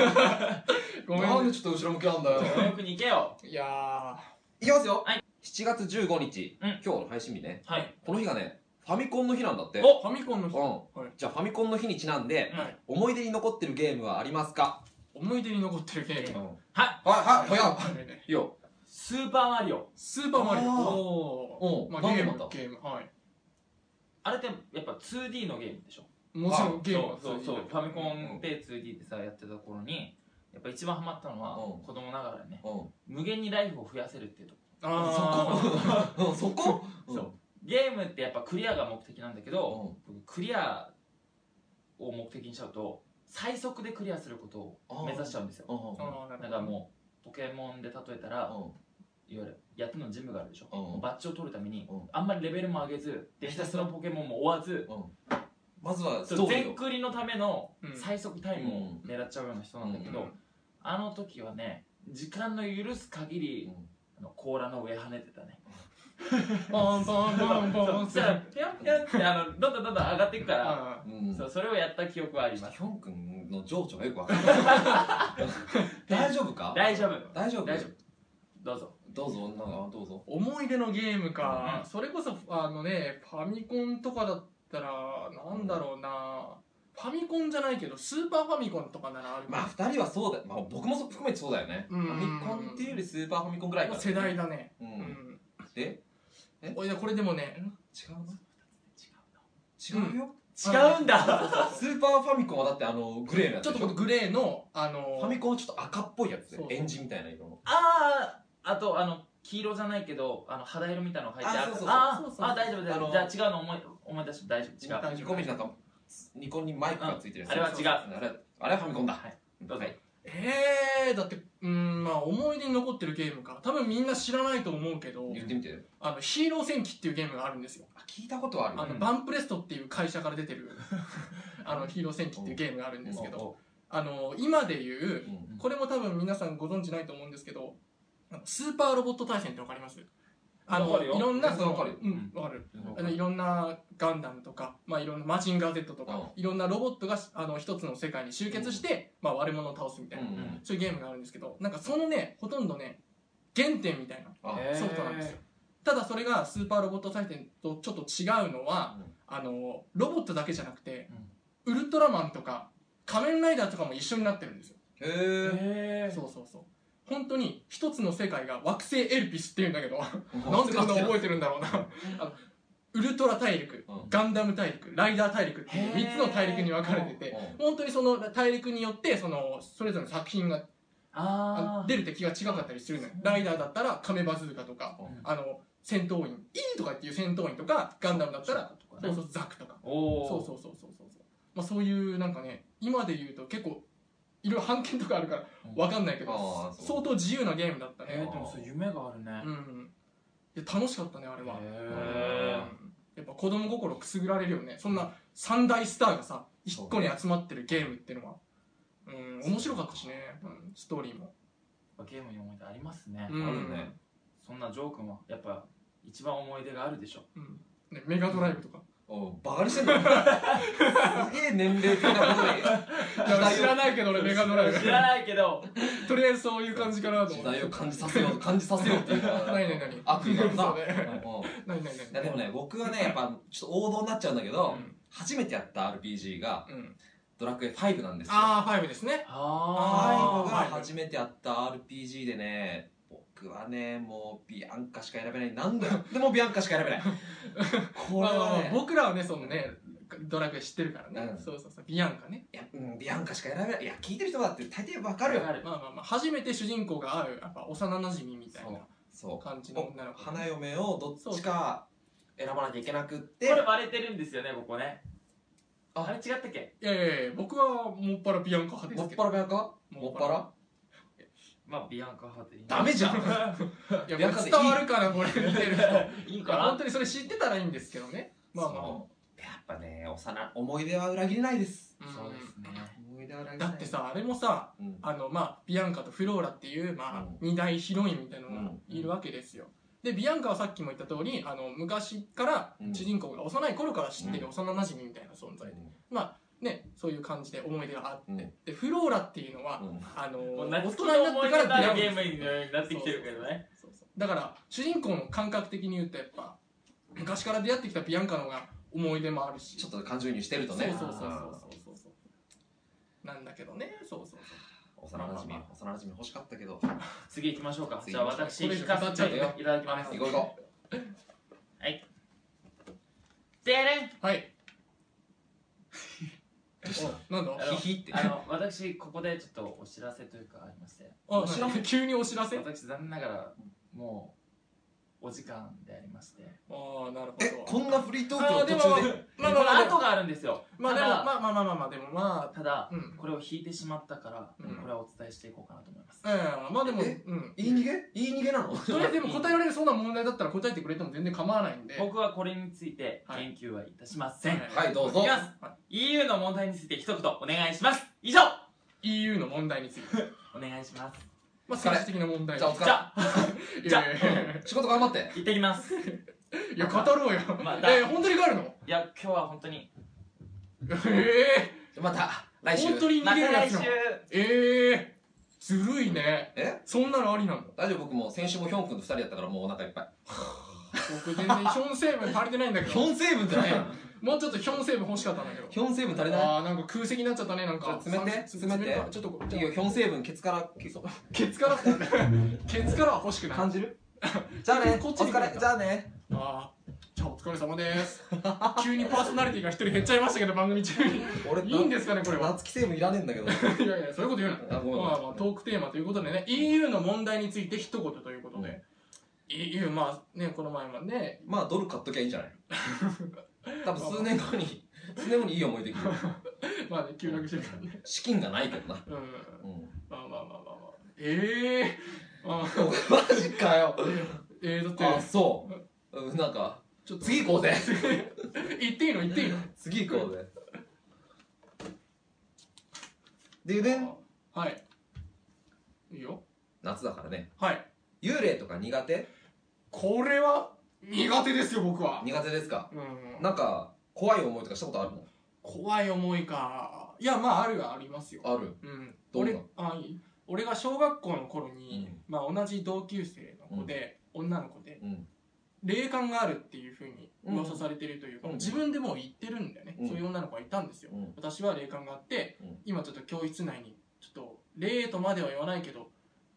Speaker 1: ごめ
Speaker 2: なん
Speaker 1: ん
Speaker 2: で
Speaker 1: ね
Speaker 2: ちょっと後ろ向きなんだよ
Speaker 3: ジョー君に行けよ。
Speaker 1: いや
Speaker 2: いきますよ、
Speaker 3: はい
Speaker 2: 7月15日、
Speaker 3: うん
Speaker 2: 今日の配信日ね
Speaker 3: はい。
Speaker 2: この日がねファミコンの日なんだって
Speaker 1: ーファミコンの日、
Speaker 2: うん、
Speaker 1: はい
Speaker 2: じゃあファミコンの日にちなんで、
Speaker 3: はい
Speaker 2: 思い出に残ってるゲームはありますか、
Speaker 1: 思い出に残ってるゲーム
Speaker 2: はいはい早っいいよ
Speaker 3: スーパーマリオ。
Speaker 1: スーパーマリオ
Speaker 2: あー
Speaker 1: お
Speaker 2: うん、
Speaker 1: ーまあ、
Speaker 2: なん
Speaker 1: ゲ
Speaker 2: で
Speaker 1: ー
Speaker 2: ま
Speaker 1: ム
Speaker 2: た
Speaker 1: ゲームはい
Speaker 3: あれってやっぱ 2D のゲームでしょ。
Speaker 1: もちろんゲームは
Speaker 3: そうそうそう
Speaker 1: い
Speaker 3: ファミコンで 2D でさやってた頃にやっぱ一番ハマったのは
Speaker 2: うん
Speaker 3: 子供ながらね
Speaker 2: う
Speaker 3: 無限にライフを増やせるっていうとこ
Speaker 1: あー
Speaker 2: ん、うん、そこ、うん、
Speaker 3: そうゲームってやっぱクリアが目的なんだけどクリアを目的にしちゃうと最速でクリアすることを目指しちゃうんですよ
Speaker 2: うんうん
Speaker 1: あーなる
Speaker 3: だか
Speaker 1: ほ
Speaker 3: ら
Speaker 1: ど
Speaker 3: もうポケモンで例えたらいわゆるやってのジムがあるでしょ
Speaker 2: うん
Speaker 3: もうバッジを取るために
Speaker 2: うん
Speaker 3: あんまりレベルも上げずでひたすらポケモンも追わず
Speaker 2: まずはス
Speaker 3: そ
Speaker 2: ト
Speaker 3: う
Speaker 2: ーリー
Speaker 3: 全
Speaker 2: を
Speaker 3: クリのための
Speaker 1: うん
Speaker 3: 最速タイムを狙っちゃうような人なんだけど、
Speaker 1: うん
Speaker 3: あの時はね時間の許す限り、あの甲羅の上跳ねてたね
Speaker 1: ボンボンボンボ
Speaker 3: そ
Speaker 1: ン
Speaker 3: うしたらピョンピョンってあのどんどんどんどん上がっていくから、
Speaker 1: あ
Speaker 2: うん、うん
Speaker 3: そうそれをやった記憶はあり
Speaker 2: ヒ
Speaker 3: ます
Speaker 2: ョン君の情緒がよくわかんな い大丈夫か
Speaker 3: 大丈夫
Speaker 2: 大丈夫
Speaker 3: 大丈夫どうぞ
Speaker 2: どうぞ女がどうぞ
Speaker 1: 思い出のゲームか、
Speaker 3: うん
Speaker 1: それこそあのねファミコンとかだったらなんだろうな、ファミコンじゃないけどスーパーファミコンとかならある
Speaker 2: まあ2人はそうだ、まあ、僕も含めてそうだよね
Speaker 1: う
Speaker 2: フ
Speaker 1: ん
Speaker 2: ァミコンっていうよりスーパーファミコンぐらいか
Speaker 1: 世代
Speaker 2: だ、
Speaker 1: だね
Speaker 2: うん
Speaker 1: うん、
Speaker 2: でえ
Speaker 1: おいやこれでもね
Speaker 2: 違うの違うよ、
Speaker 3: 違うんだ
Speaker 2: スーパーファミコンはだってあのグレーのや つ
Speaker 1: ちょっ
Speaker 2: で
Speaker 1: とこ
Speaker 2: しょ
Speaker 1: のグレーのあの
Speaker 2: ファミコンはちょっと赤っぽいやつで
Speaker 1: そう
Speaker 2: エンジンみたいな色の
Speaker 3: あーあとあの黄色じゃないけどあの肌色みたいなの入って
Speaker 2: あ
Speaker 3: あ
Speaker 2: そうそうそう
Speaker 3: あ
Speaker 1: そう
Speaker 3: ー
Speaker 1: そう
Speaker 3: あ大丈夫大丈
Speaker 2: あ
Speaker 3: 夫
Speaker 2: の
Speaker 3: じゃあ違うの思い思い出して大丈夫違う
Speaker 1: 大丈夫
Speaker 2: ニコンになんかニコンにマイクがついてるやつ、
Speaker 3: うんあれは違う
Speaker 2: あれあれはファミコンだ
Speaker 3: はいどうぞ、
Speaker 2: はい
Speaker 1: えー、だってうんまあ思い出に残ってるゲームか多分みんな知らないと思うけど
Speaker 2: 言ってみて
Speaker 1: あのヒーロー戦記っていうゲームがあるんですよ
Speaker 2: あ聞いたことはある
Speaker 1: あの、
Speaker 3: うん
Speaker 1: バンプレストっていう会社から出てるあのヒーロー戦記っていうゲームがあるんですけど、あの今で言う
Speaker 2: うん
Speaker 1: これも多分皆さんご存知ないと思うんですけどあのスーパーロボット対戦ってわかりますあの
Speaker 3: わかるよ
Speaker 1: いろんなその
Speaker 2: わかるよ
Speaker 1: うん、わかる
Speaker 2: うん
Speaker 1: あのいろんなガンダムとか、まあ、いろんなマジンガー Z とか、
Speaker 2: う
Speaker 1: いろんなロボットがあの一つの世界に集結して、まあ、悪者を倒すみたいな、
Speaker 2: うん
Speaker 1: そういうゲームがあるんですけどなんかそのねほとんどね原点みたいな
Speaker 2: あ
Speaker 3: へー
Speaker 1: ソフトなんですよただそれがスーパーロボット対戦とちょっと違うのは、
Speaker 2: うん
Speaker 1: あのロボットだけじゃなくて、ウルトラマンとか仮面ライダーとかも一緒になってるんですよ、
Speaker 2: へー
Speaker 3: へ
Speaker 1: そうそうそう本当に一つの世界が惑星エルピスっていうんだけ ど
Speaker 2: うん
Speaker 1: なんでこんな覚えてるんだろうなあのウルトラ大陸
Speaker 2: うん
Speaker 1: ガンダム大陸ライダー大陸っていう
Speaker 3: へー
Speaker 1: 3つの大陸に分かれてて
Speaker 2: う
Speaker 1: 本当にその大陸によってそのそれぞれの作品があ
Speaker 3: あ
Speaker 1: の
Speaker 3: ー
Speaker 1: 出る敵が違かったりするのよライダーだったらカメバズーカとか
Speaker 2: うん
Speaker 1: あの戦闘員イーとかっていう戦闘員とかガンダムだったら
Speaker 3: とか
Speaker 1: そ
Speaker 3: ね
Speaker 1: うそうザクとか
Speaker 3: おお
Speaker 1: そうそうそうそうそうそうまあそういうなんかね今で言うと結構いろいろ判件とかあるから
Speaker 3: うん
Speaker 1: わかんないけ
Speaker 2: あー
Speaker 1: ど
Speaker 2: そう
Speaker 1: 相当自由なゲームだった
Speaker 3: え
Speaker 1: ね
Speaker 3: ー、でもそれ夢があるね
Speaker 1: う、んいや楽しかったねあれは
Speaker 3: へー
Speaker 1: やっぱ子供心くすぐられるよねそんな三大スターがさ一個に集まってるゲームっていうのはうん面白かったしね、うん、ストーリーも、
Speaker 3: ゲームに思い出ありますね、
Speaker 1: うん
Speaker 2: あるね
Speaker 3: そんなジョー君はやっぱ一番思い出があるでしょ
Speaker 1: うんね、メガドライブとか
Speaker 2: うん、バカにしてんのすげえ年齢的なことで
Speaker 1: 知らないけど俺メガドライブ
Speaker 3: 知らないけど
Speaker 1: とりあえずそういう感じかなと
Speaker 2: 時
Speaker 1: 思って
Speaker 2: 代を感じさせよう感じさせようってい うか
Speaker 1: 何何何
Speaker 2: 悪意があるな、
Speaker 1: そうね何何
Speaker 2: うん、でもね僕はねやっぱちょっと王道になっちゃうんだけど、
Speaker 1: 何
Speaker 2: 初めてやった RPG が
Speaker 1: うんうん
Speaker 2: 「ドラクエ5」なんですよ
Speaker 1: ああ5ですね
Speaker 2: 5
Speaker 1: あ
Speaker 2: が初めてやった RPG でね僕はねもうビアンカしか選べない何度や ってもビアンカしか 選べないこれ
Speaker 1: まあまあ
Speaker 2: は
Speaker 1: まあ
Speaker 2: ね
Speaker 1: 僕らはねそのねドラクエ知ってるからね
Speaker 2: うん
Speaker 1: そうそうそうビアンカね
Speaker 2: いや、うん、ビアンカしか選べないいや聞いてる人だって大抵わかるよ
Speaker 3: わかる
Speaker 1: まあまあまあ初めて主人公が会うやっぱ幼馴染みみたいな
Speaker 2: そ
Speaker 1: 感じ
Speaker 2: う
Speaker 1: の
Speaker 2: もう
Speaker 1: 女の子
Speaker 2: 花嫁をどっちか選ばなきゃいけなくって
Speaker 3: これバレてるんですよねここね
Speaker 2: あ
Speaker 3: あれ違ったっけ
Speaker 1: いやいやいや僕はもっぱらビアンカ派で
Speaker 2: も
Speaker 1: す
Speaker 2: っ
Speaker 1: け
Speaker 2: ぱ
Speaker 1: ど
Speaker 2: らビアンカも
Speaker 1: も
Speaker 2: っ
Speaker 1: っ
Speaker 2: ぱ
Speaker 1: ぱ
Speaker 2: ら
Speaker 1: ら
Speaker 3: まあビアンカ派でいい
Speaker 2: ダメじゃん
Speaker 1: いや
Speaker 2: ビアンカでいい
Speaker 1: 伝わるかなこれ見て る人
Speaker 3: いいか
Speaker 1: 本
Speaker 3: な
Speaker 1: 当にそれ知ってたらいいんですけどねまあまあ
Speaker 2: そうやっぱね幼思い出は裏切れないです
Speaker 1: うん
Speaker 3: そうですね
Speaker 2: 思い出は裏切れ
Speaker 1: だ
Speaker 2: ない
Speaker 1: って、さあれもさ
Speaker 2: うん
Speaker 1: あのまあビアンカとフローラっていうまあ
Speaker 2: うん
Speaker 1: 二大ヒロインみたいなのが
Speaker 2: うん
Speaker 1: いるわけですよでビアンカはさっきも言った通りあの昔から
Speaker 2: うん
Speaker 1: 主人公が幼い頃から知ってる幼馴染みみたいな存在でねそういう感じで思い出があって
Speaker 2: うん
Speaker 1: でフローラっていうのは
Speaker 2: うん
Speaker 1: あの
Speaker 3: もう
Speaker 1: 大
Speaker 3: 夏
Speaker 1: 人
Speaker 3: 希
Speaker 1: に
Speaker 3: の
Speaker 1: なっ
Speaker 3: 思
Speaker 1: て
Speaker 3: い
Speaker 1: か
Speaker 3: 出
Speaker 1: ら
Speaker 3: の
Speaker 1: ビ
Speaker 3: あ
Speaker 1: ア
Speaker 3: るゲー
Speaker 1: ンカ
Speaker 3: ムになってきてるけどね
Speaker 1: そうそうだから主人公の感覚的に言うとやっぱ昔から出会ってきたビアンカの方が思い出もあるし
Speaker 2: ちょっと感情移入してるとね
Speaker 1: そうそうそう
Speaker 2: あ
Speaker 1: そうそうそうなんだけどねそうそうそう
Speaker 2: ー幼馴染
Speaker 1: まあま
Speaker 2: 幼馴染欲しかったけど
Speaker 3: 次行きましょうか
Speaker 2: 次
Speaker 3: じゃあ私引かせていただきます
Speaker 2: 行こう行こ
Speaker 3: でね
Speaker 1: はい
Speaker 2: うどうした
Speaker 1: おなんだ
Speaker 3: あの
Speaker 2: ヒヒって
Speaker 3: あの私ここでちょっとお知らせというかありまして
Speaker 1: あ
Speaker 2: お知らせ
Speaker 1: 何急にお知らせあ
Speaker 3: 私残念ながらもうお時間でありまして
Speaker 1: あなるほ
Speaker 2: え
Speaker 1: ど
Speaker 2: こんなフリートーク
Speaker 1: あ
Speaker 2: を
Speaker 1: ーで
Speaker 2: 途
Speaker 1: も
Speaker 2: 中で
Speaker 1: まあ
Speaker 3: で
Speaker 1: まあ
Speaker 3: こ
Speaker 1: ま
Speaker 3: の
Speaker 1: あでも
Speaker 3: 後があるんですよ
Speaker 1: まあでも
Speaker 3: ただ
Speaker 1: まあまあまあまあまあでもま
Speaker 3: ただ
Speaker 1: あうん
Speaker 3: これを引いてしまったから、
Speaker 1: うん
Speaker 3: これはお伝えしていこうかなと思います
Speaker 1: ええまあでも
Speaker 2: え
Speaker 1: うん
Speaker 2: 言い逃げ言い逃げなの
Speaker 1: それでも答えられそうな問題だったら答えてくれても全然構わないんで
Speaker 3: 僕はこれについて研究はいたしません、
Speaker 1: はい
Speaker 2: はいどう
Speaker 3: い
Speaker 2: ぞ
Speaker 3: きます
Speaker 1: は
Speaker 3: EU の問題について一言お願いします以上
Speaker 1: EU の問題について
Speaker 3: お願いします
Speaker 1: まあ政治的な問題
Speaker 2: じゃあお
Speaker 1: い
Speaker 2: 疲
Speaker 3: じ
Speaker 2: れ
Speaker 3: ゃあじ
Speaker 1: や
Speaker 3: ゃ
Speaker 1: いやいや
Speaker 2: 仕事頑張って
Speaker 3: 行ってきます
Speaker 1: いや語ろうよ
Speaker 3: まあだ
Speaker 1: え本当に帰る の
Speaker 3: いや今日は本当に
Speaker 1: え
Speaker 2: また
Speaker 1: え
Speaker 2: 来週
Speaker 1: 本当に
Speaker 3: ま
Speaker 1: 逃
Speaker 3: た
Speaker 1: げるや
Speaker 3: 来
Speaker 1: つ
Speaker 3: 週
Speaker 1: なのええずるいね
Speaker 2: え
Speaker 1: そんなのありなの
Speaker 2: 大丈夫僕もう先週もヒョン君と二人やったからもうお腹いっぱい
Speaker 1: 僕全然ヒョン成分足りてないんだけ
Speaker 2: ヒョ
Speaker 1: ど
Speaker 2: ン成分って何やん
Speaker 1: もうちょっとヒョン成分欲しかったんだけど
Speaker 2: ヒョン成分足りない
Speaker 1: ああなんか空席になっちゃったねなんか
Speaker 2: ちょっと詰めて
Speaker 1: さん
Speaker 2: 詰めて
Speaker 1: ちょっとこう
Speaker 2: いいよヒョン成分ケツからケ ツ
Speaker 1: ケツからケツからは欲しくないあ
Speaker 2: 感じるじゃあね
Speaker 1: こ
Speaker 2: お
Speaker 1: っちに来る
Speaker 2: 疲れじゃあね
Speaker 1: あじゃあお疲れ様です急にパーソナリティが一人減っちゃいましたけど番組中に
Speaker 2: 俺
Speaker 1: いいんですかねこれは
Speaker 2: 夏木成分いらねえんだ けど
Speaker 1: いやいやそういうこと言うな
Speaker 2: あごめんごめん
Speaker 1: まあまあトークテーマということでね EU の問題について一言ということで、
Speaker 2: うん
Speaker 1: EU まあねこの前もね
Speaker 2: まあドル買っときゃいいんじゃ ない多分数年後に数年後にいい思いできる
Speaker 1: まあね急落してるからね
Speaker 2: 資金がないけどな、
Speaker 1: うん
Speaker 2: うん、
Speaker 1: まあまあまあまあまあええー、あー
Speaker 2: マジかよ
Speaker 1: えー、だ
Speaker 2: あ
Speaker 1: って
Speaker 2: そううんなんか
Speaker 1: ちょっと
Speaker 2: 次行こ うぜ
Speaker 1: 言っていいの言っていいの
Speaker 2: 次行こうぜででん
Speaker 1: はいいいよ
Speaker 2: 夏だからね
Speaker 1: はい
Speaker 2: 幽霊とか苦手
Speaker 1: これは苦手ですよ僕は
Speaker 2: 苦手ですか
Speaker 1: うん
Speaker 2: なんか怖い思いとかしたことあるの
Speaker 1: 怖い思いかいやまああるはありますよ
Speaker 2: ある
Speaker 1: うん
Speaker 2: どんな
Speaker 1: 俺あいい俺が小学校の頃に、
Speaker 2: うん
Speaker 1: まあ同じ同級生の子で、女の子で
Speaker 2: うん
Speaker 1: 霊感があるっていうふうに
Speaker 2: うん
Speaker 1: 噂されてるというか、
Speaker 2: うん
Speaker 1: 自分でもう言ってるんだよね、
Speaker 2: うん
Speaker 1: そういう女の子がいたんですよ、
Speaker 2: うん
Speaker 1: 私は霊感があって、
Speaker 2: うん
Speaker 1: 今ちょっと教室内にちょっと霊とまでは言わないけど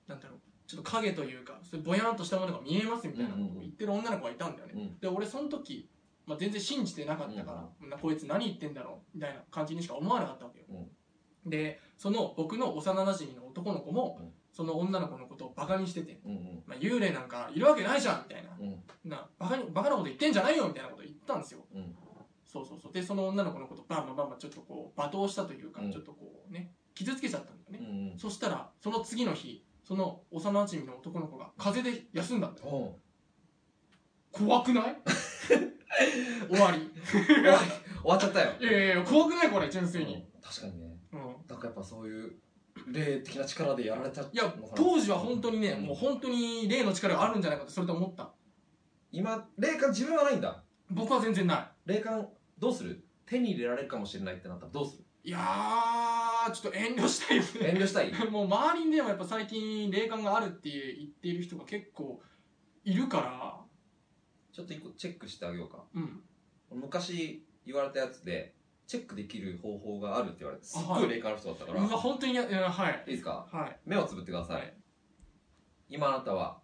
Speaker 1: なんだろうちょっと影というかそれぼやんとしたものが見えますみたいなことを言ってる女の子がいたんだよね、
Speaker 2: うん
Speaker 1: で俺その時、まあ、全然信じてなかったから、なこいつ何言ってんだろうみたいな感じにしか思わなかったわけよ、でその僕の幼なじみの男の子も、
Speaker 2: うん
Speaker 1: その女の子のことをバカにしてて、
Speaker 2: うんうん
Speaker 1: まあ、幽霊なんかいるわけないじゃんみたいな
Speaker 2: うん
Speaker 1: なバカにバカなこと言ってんじゃないよみたいなこと言ったんですよ
Speaker 2: うん
Speaker 1: そうそうそうでその女の子のことバンバンバンバンちょっとこう罵倒したというか、
Speaker 2: うん
Speaker 1: ちょっとこうね傷つけちゃったんだよ
Speaker 2: う
Speaker 1: ね、
Speaker 2: ん
Speaker 1: そしたらその次の日その幼馴染の男の子が風邪で休んだんだよ
Speaker 2: おう
Speaker 1: 怖くない 終わり
Speaker 2: 終わり終わっちゃったよ
Speaker 1: いやいやいや怖くないこれ純粋に、
Speaker 2: うん確かにね
Speaker 1: うん
Speaker 2: なんかやっぱそういう霊的な力でやられちゃっ
Speaker 1: い
Speaker 2: た
Speaker 1: や
Speaker 2: のかな
Speaker 1: 当時は本当にねもう本当に霊の力があるんじゃないかってそれと思った
Speaker 2: 今霊感自分はないんだ
Speaker 1: 僕は全然な
Speaker 2: 霊感どうする手に入れられるかもしれないってなったらどうする
Speaker 1: いいやーちょっと遠慮したいよね
Speaker 2: 遠慮したい
Speaker 1: もう周りにでもやっぱ最近霊感があるって言っている人が結構いるから
Speaker 2: ちょっと一個チェックしてあげようか
Speaker 1: うん
Speaker 2: 昔言われたやつでチェックできる方法があるって言われてすっ
Speaker 1: あは
Speaker 2: ご
Speaker 1: い
Speaker 2: い霊感ある人だったか
Speaker 1: う
Speaker 2: ら、
Speaker 1: わ
Speaker 2: い、
Speaker 1: 本当にやいやはい
Speaker 2: いですか
Speaker 1: はい
Speaker 2: 目をつぶってください、
Speaker 1: はい
Speaker 2: 今あなたは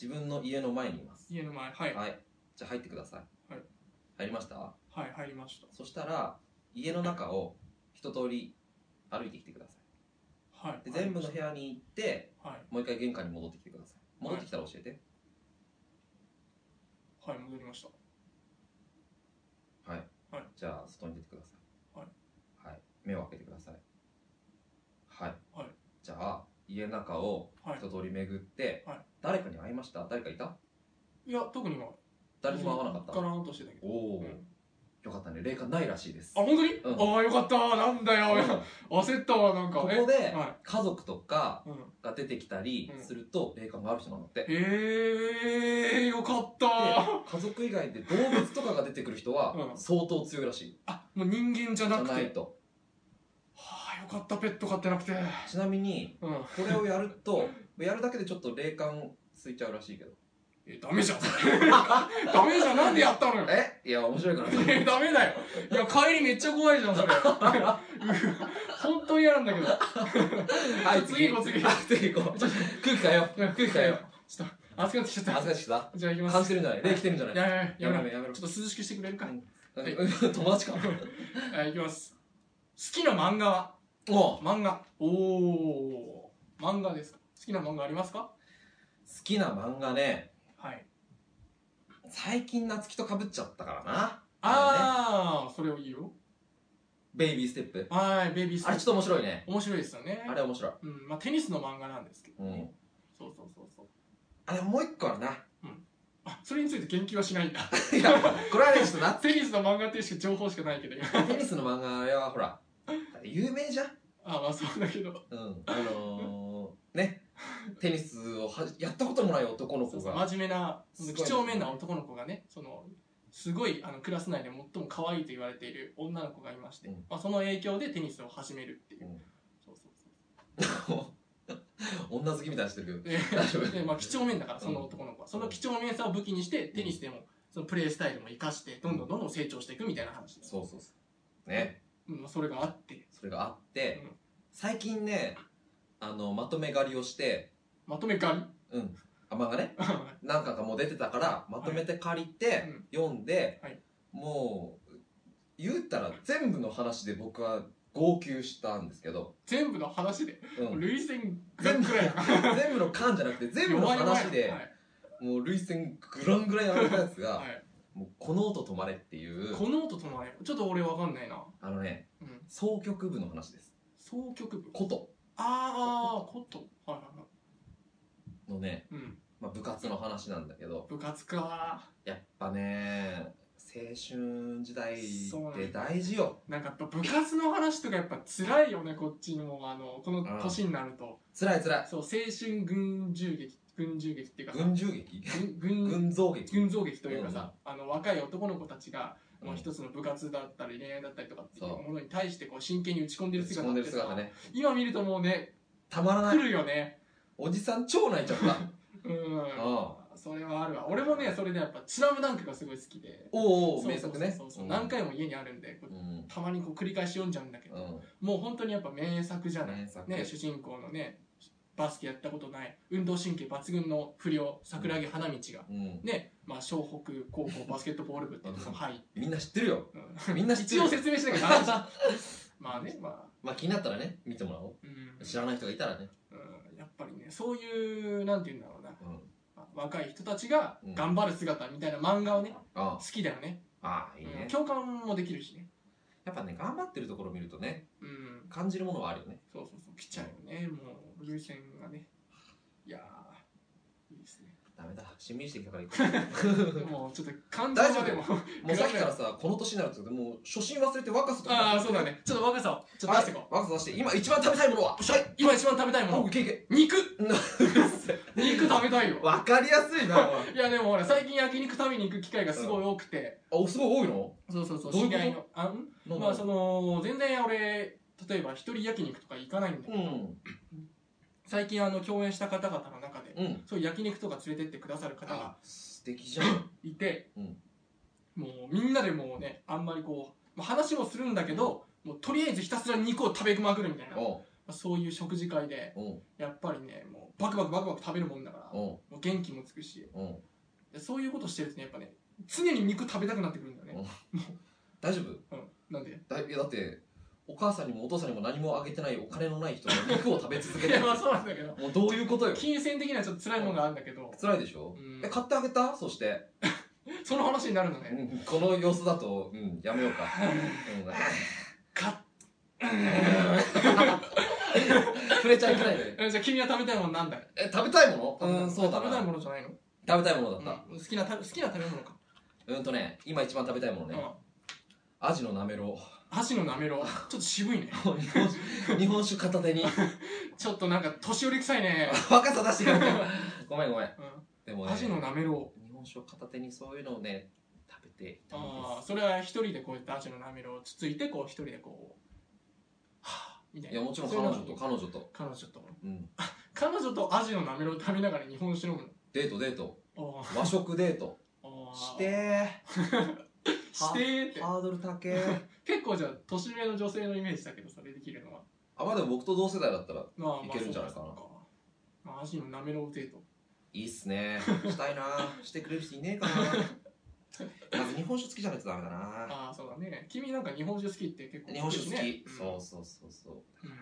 Speaker 2: 自分の家の前にいます
Speaker 1: 家の前はいはい、
Speaker 2: はいじゃあ入ってください、
Speaker 1: はい
Speaker 2: 入りました
Speaker 1: 入りまし
Speaker 2: そしたら家の中を一通り歩いてきてくださ
Speaker 1: たはい
Speaker 2: いで全部の部屋に行って
Speaker 1: はい
Speaker 2: もう一回玄関に戻ってきてください戻ってきたら教えて
Speaker 1: はい戻りました
Speaker 2: はい、
Speaker 1: はい
Speaker 2: じゃあ外に出てください、
Speaker 1: はい
Speaker 2: はい、目を開けてくださいはい、
Speaker 1: はい
Speaker 2: じゃあ家の中を
Speaker 1: はい
Speaker 2: 一通り巡って、
Speaker 1: はい
Speaker 2: 誰かに会いました誰かいた
Speaker 1: いや特には
Speaker 2: 誰にも会わなかった、
Speaker 1: ガランとしてたけど
Speaker 2: おお、
Speaker 1: うん
Speaker 2: よかったね霊感ないらしいです
Speaker 1: あ本当に、
Speaker 2: うん
Speaker 1: ああよかったなんだ
Speaker 2: うん
Speaker 1: よ焦ったわなんか
Speaker 2: こ
Speaker 1: え
Speaker 2: こで
Speaker 1: は
Speaker 2: 家族とか
Speaker 1: いうん、
Speaker 2: が出てきたりすると霊感がある人なんだって、
Speaker 1: ええよかった
Speaker 2: で家族以外で動物とかが出てくる人は
Speaker 1: うん
Speaker 2: 相当強いらしい、
Speaker 1: あもう人間じゃなく
Speaker 2: じゃない
Speaker 1: て
Speaker 2: と
Speaker 1: はあよかったペット飼ってなくて
Speaker 2: ちなみに
Speaker 1: うん
Speaker 2: これをやるとやるだけでちょっと霊感ついちゃうら しいけど
Speaker 1: えダメじゃん ダメじゃんなんでやったのよ
Speaker 2: えいや面白 いから
Speaker 1: えダメだよいや帰りめっちゃ怖いじゃん それ本当に嫌なんだけど
Speaker 2: はい
Speaker 1: 次行こう次行こ
Speaker 2: 次行こう空気変えよう空気変えよう
Speaker 1: ちょっと暑くなってきちゃっ
Speaker 2: 恥ず
Speaker 1: た
Speaker 2: かしくさ
Speaker 1: じゃあ行きま
Speaker 2: 感
Speaker 1: す
Speaker 2: じてるんじゃない霊来てるんじゃない
Speaker 1: やめろやめろやめ
Speaker 2: やめ
Speaker 1: ろ
Speaker 2: ろ
Speaker 1: ちょっと涼しくしてくれるか
Speaker 2: う
Speaker 1: は
Speaker 2: ん
Speaker 1: はい
Speaker 2: うん友達か
Speaker 1: い行きます好きな漫画は
Speaker 2: お好
Speaker 1: 漫画おお漫画ですか好きな漫画ありますか
Speaker 2: きな漫画ね
Speaker 1: はい
Speaker 2: 最近夏希とかぶっちゃったからな
Speaker 1: ああそれを言うよ
Speaker 2: ベイビーステップ
Speaker 1: はいベイビース
Speaker 2: あれちょっと面白いね
Speaker 1: 面白いですよね
Speaker 2: あれ面白い
Speaker 1: うんまあ、テニスの漫画なんですけど
Speaker 2: う
Speaker 1: ね、
Speaker 2: ん
Speaker 1: そうそうそうそう
Speaker 2: あでももう一個あるな
Speaker 1: あそれについて言及はしないんだ
Speaker 2: いやこれはねちょっとな
Speaker 1: テニスの漫画っていうしか情報しかないけど今
Speaker 2: テニスの漫画あれはほら有名じゃん
Speaker 1: あまあそうだけど
Speaker 2: うんあのー、ねテニスをはやったこともない男の
Speaker 1: そう
Speaker 2: 子
Speaker 1: そう
Speaker 2: が
Speaker 1: 真面目な
Speaker 2: すごい
Speaker 1: 几帳面な男の子がねそのすごいあのクラス内で最も可愛いと言われている女の子がいまして、
Speaker 2: うん
Speaker 1: まあ、その影響でテニスを始めるっていう、
Speaker 2: うん
Speaker 1: そうそうそ
Speaker 2: 女好きみたいにしてる
Speaker 1: うで
Speaker 2: 大丈夫
Speaker 1: で、まあ、几帳面だからその男の子は、その几帳面さを武器にしてテニスでもそのプレースタイルも生かしてどんどんどんどん成長していくみたいな話で
Speaker 2: けど
Speaker 1: す、
Speaker 2: そうそうそうね
Speaker 1: うんまあ、それがあって
Speaker 2: それがあって、
Speaker 1: うん
Speaker 2: 最近ねあのまとめ狩りをして
Speaker 1: まとめ狩り
Speaker 2: うんあ漫画ね
Speaker 1: は
Speaker 2: 何巻かもう出てたからまとめて借りて、
Speaker 1: いうん
Speaker 2: 読んで、
Speaker 1: はい
Speaker 2: もう言ったら全部の話で僕は号泣したんですけど、
Speaker 1: 全部の話で
Speaker 2: うん、
Speaker 1: 累戦ぐら
Speaker 2: 全
Speaker 1: い
Speaker 2: 部全部の巻じゃなくて 全部の話 で、
Speaker 1: はい
Speaker 2: もう涙腺グラングランやられたやつが、
Speaker 1: はい
Speaker 2: もうこの音止まれっていう
Speaker 1: この音止まれちょっと俺わかんないな
Speaker 2: あのね
Speaker 1: うん
Speaker 2: 総曲部の話です
Speaker 1: 総曲部
Speaker 2: 琴
Speaker 1: ああことはいはいは
Speaker 2: のね、
Speaker 1: いうん
Speaker 2: まあ、部活の話なんだけど
Speaker 1: 部活か
Speaker 2: やっぱね青春時代っ
Speaker 1: そうなんだ
Speaker 2: て大事よ
Speaker 1: なんかやっぱ部活の話とかやっぱ辛いよねこっちにもあのこの
Speaker 2: あー
Speaker 1: 年になると
Speaker 2: 辛い辛い
Speaker 1: そう青春群衆劇群衆劇っていうか
Speaker 2: 群衆劇
Speaker 1: 群群
Speaker 2: 群像劇
Speaker 1: 群像劇というかさ、あの若い男の子たちが、もう
Speaker 2: うん
Speaker 1: 一つの部活だったり恋愛だったりとかっていう
Speaker 2: そう
Speaker 1: ものに対してこう真剣に打ち込んで
Speaker 2: 打
Speaker 1: る
Speaker 2: ち
Speaker 1: 姿
Speaker 2: 込んで
Speaker 1: っ
Speaker 2: る
Speaker 1: てさ
Speaker 2: 姿ね
Speaker 1: 今見るともうね
Speaker 2: たまらない
Speaker 1: 来るよね
Speaker 2: おじさん超泣いちゃった
Speaker 1: うん
Speaker 2: あ
Speaker 1: それはあるわ俺もねそれでやっぱ「スラムダンクがすごい好きで
Speaker 2: おうおう
Speaker 1: そう
Speaker 2: 名
Speaker 1: そう
Speaker 2: 作ね
Speaker 1: そうそう
Speaker 2: うん
Speaker 1: 何回も家にあるんでこう
Speaker 2: うん
Speaker 1: たまにこう繰り返し読んじゃうんだけど、
Speaker 2: うん
Speaker 1: もう本当にやっぱ名作じゃない、
Speaker 2: 名作
Speaker 1: ね、主人公のねバスケやったことない運動神経抜群の不良桜木花道が、
Speaker 2: うん
Speaker 1: ねまあ湘北高校バスケットボール部っていうところに入って
Speaker 2: みんな知ってるよ
Speaker 1: うん
Speaker 2: みんな知って
Speaker 1: 一
Speaker 2: る
Speaker 1: 応説明しなきゃダメじゃんまあねまあ
Speaker 2: まあ気になったらね見てもらお
Speaker 1: うん
Speaker 2: う知らない人がいたらね
Speaker 1: うんやっぱりねそういうなんて言うんだろうな
Speaker 2: うん
Speaker 1: まあ若い人たちが
Speaker 2: うん
Speaker 1: 頑張る姿みたいな漫画をね、
Speaker 2: あ
Speaker 1: 好きだよね
Speaker 2: あああいい
Speaker 1: うん
Speaker 2: ね
Speaker 1: 共感もできるしね
Speaker 2: やっぱね頑張ってるところを見るとね
Speaker 1: うん
Speaker 2: 感じるものはあるよね
Speaker 1: そうそうそう来ちゃうよねもう優先がねいやーいいっですね
Speaker 2: ダメだ親身にしてきたから行 こ
Speaker 1: もうちょっと感情までも
Speaker 2: うもうさっきからさこの年になるってもう初心忘れて若さとか
Speaker 1: ああそうだねちょっと若さをちょっと出していこう、
Speaker 2: 若さ出して今一番食べたいものははい
Speaker 1: 今一番食べたいも
Speaker 2: あ
Speaker 1: の
Speaker 2: いけいけ
Speaker 1: 肉
Speaker 2: な
Speaker 1: 肉食べたいよ
Speaker 2: わかりやすいなおい
Speaker 1: いやでもほら最近焼肉食べに行く機会がすごい多くて
Speaker 2: あすごい多いの
Speaker 1: そうそうそう
Speaker 2: どういう
Speaker 1: 知
Speaker 2: こ
Speaker 1: り合
Speaker 2: と
Speaker 1: いのあん
Speaker 2: なんだ
Speaker 1: まあその全然俺例えば一人焼肉とか行かないんで
Speaker 2: うん
Speaker 1: 最近あの共演した方々の中で
Speaker 2: うん
Speaker 1: そういう焼肉とか連れてってくださる方が
Speaker 2: あ素敵じゃん
Speaker 1: いて、
Speaker 2: うん
Speaker 1: もうみんなでもうねあんまりこう、まあ、話もするんだけど、もうとりあえずひたすら肉を食べまくるみたいな、ま
Speaker 2: おう
Speaker 1: あ、そういう食事会で
Speaker 2: おう
Speaker 1: やっぱりねもうバクバクバクバク食べるもんだからも
Speaker 2: おう
Speaker 1: う元気もつくし
Speaker 2: おう
Speaker 1: でそういうことしてるとねやっぱね常に肉食べたくなってくるんだよね、
Speaker 2: 大丈夫
Speaker 1: うん、なんで
Speaker 2: だいやだってお母さんにもお父さんにも何もあげてないお金のない 人が肉を食べ続け
Speaker 1: い
Speaker 2: て
Speaker 1: や
Speaker 2: る
Speaker 1: まあそうなんだけど
Speaker 2: もうどういうことよ
Speaker 1: 金銭的にはちょっと辛いものがあるんだけど、
Speaker 2: 辛いでしょ、
Speaker 1: うん
Speaker 2: え買ってあげたそして、
Speaker 1: その話になるのね、
Speaker 2: うんこの様子だと、うん、やめ ようか、うん、
Speaker 1: か
Speaker 2: 触れちゃいけないね
Speaker 1: えじゃあ君は食べたいものなんだい
Speaker 2: え食べたいものうんそうだ
Speaker 1: 食べたい
Speaker 2: な
Speaker 1: ものじゃないの、
Speaker 2: 食べたいものだっ
Speaker 1: うん、好きなた好きな食べ物か、
Speaker 2: たうんとね今一番食べたいもの
Speaker 1: う
Speaker 2: ね、
Speaker 1: ん
Speaker 2: アジのなめろ
Speaker 1: 箸のなめろうちょっと渋いね
Speaker 2: う日本酒日本酒片手に
Speaker 1: ちょっとなんか年寄り臭いね。
Speaker 2: 若さ出してくれてごめんごめん
Speaker 1: う
Speaker 2: でも
Speaker 1: ん。
Speaker 2: ね
Speaker 1: 箸
Speaker 2: 日
Speaker 1: のなめろ
Speaker 2: 本酒を片手にそういうのをね食べていた
Speaker 1: う。
Speaker 2: いで
Speaker 1: ああ、
Speaker 2: す
Speaker 1: それは一人でこうやって箸のなめろうをつついて、こう一人でこう、はぁ、みたい
Speaker 2: い
Speaker 1: な。
Speaker 2: やもちろん
Speaker 1: そ
Speaker 2: 彼
Speaker 1: ういうの
Speaker 2: 女と彼女と、
Speaker 1: 彼女と。
Speaker 2: うん、
Speaker 1: 彼女とアジのなめろうを食べながら日本酒飲む
Speaker 2: デートデート
Speaker 1: の。あ
Speaker 2: 和食デート
Speaker 1: あ。
Speaker 2: して
Speaker 1: してーって
Speaker 2: ー。ハードル高え
Speaker 1: 結構じゃあ、年上の女性のイメージだけど、それできるのは。
Speaker 2: あまあでも僕と同世代だったら
Speaker 1: まあまあ、
Speaker 2: いけるんじゃないかな
Speaker 1: そうまあ、アジのなめろうデート。
Speaker 2: いいっす ねしたいなしてくれる人いねえかなまず日本酒好きじゃないとダメだな
Speaker 1: ああ、そうだね。君なんか日本酒好きって結構
Speaker 2: 日本酒好
Speaker 1: だよね
Speaker 2: き、そう
Speaker 1: う。
Speaker 2: そうそうそうん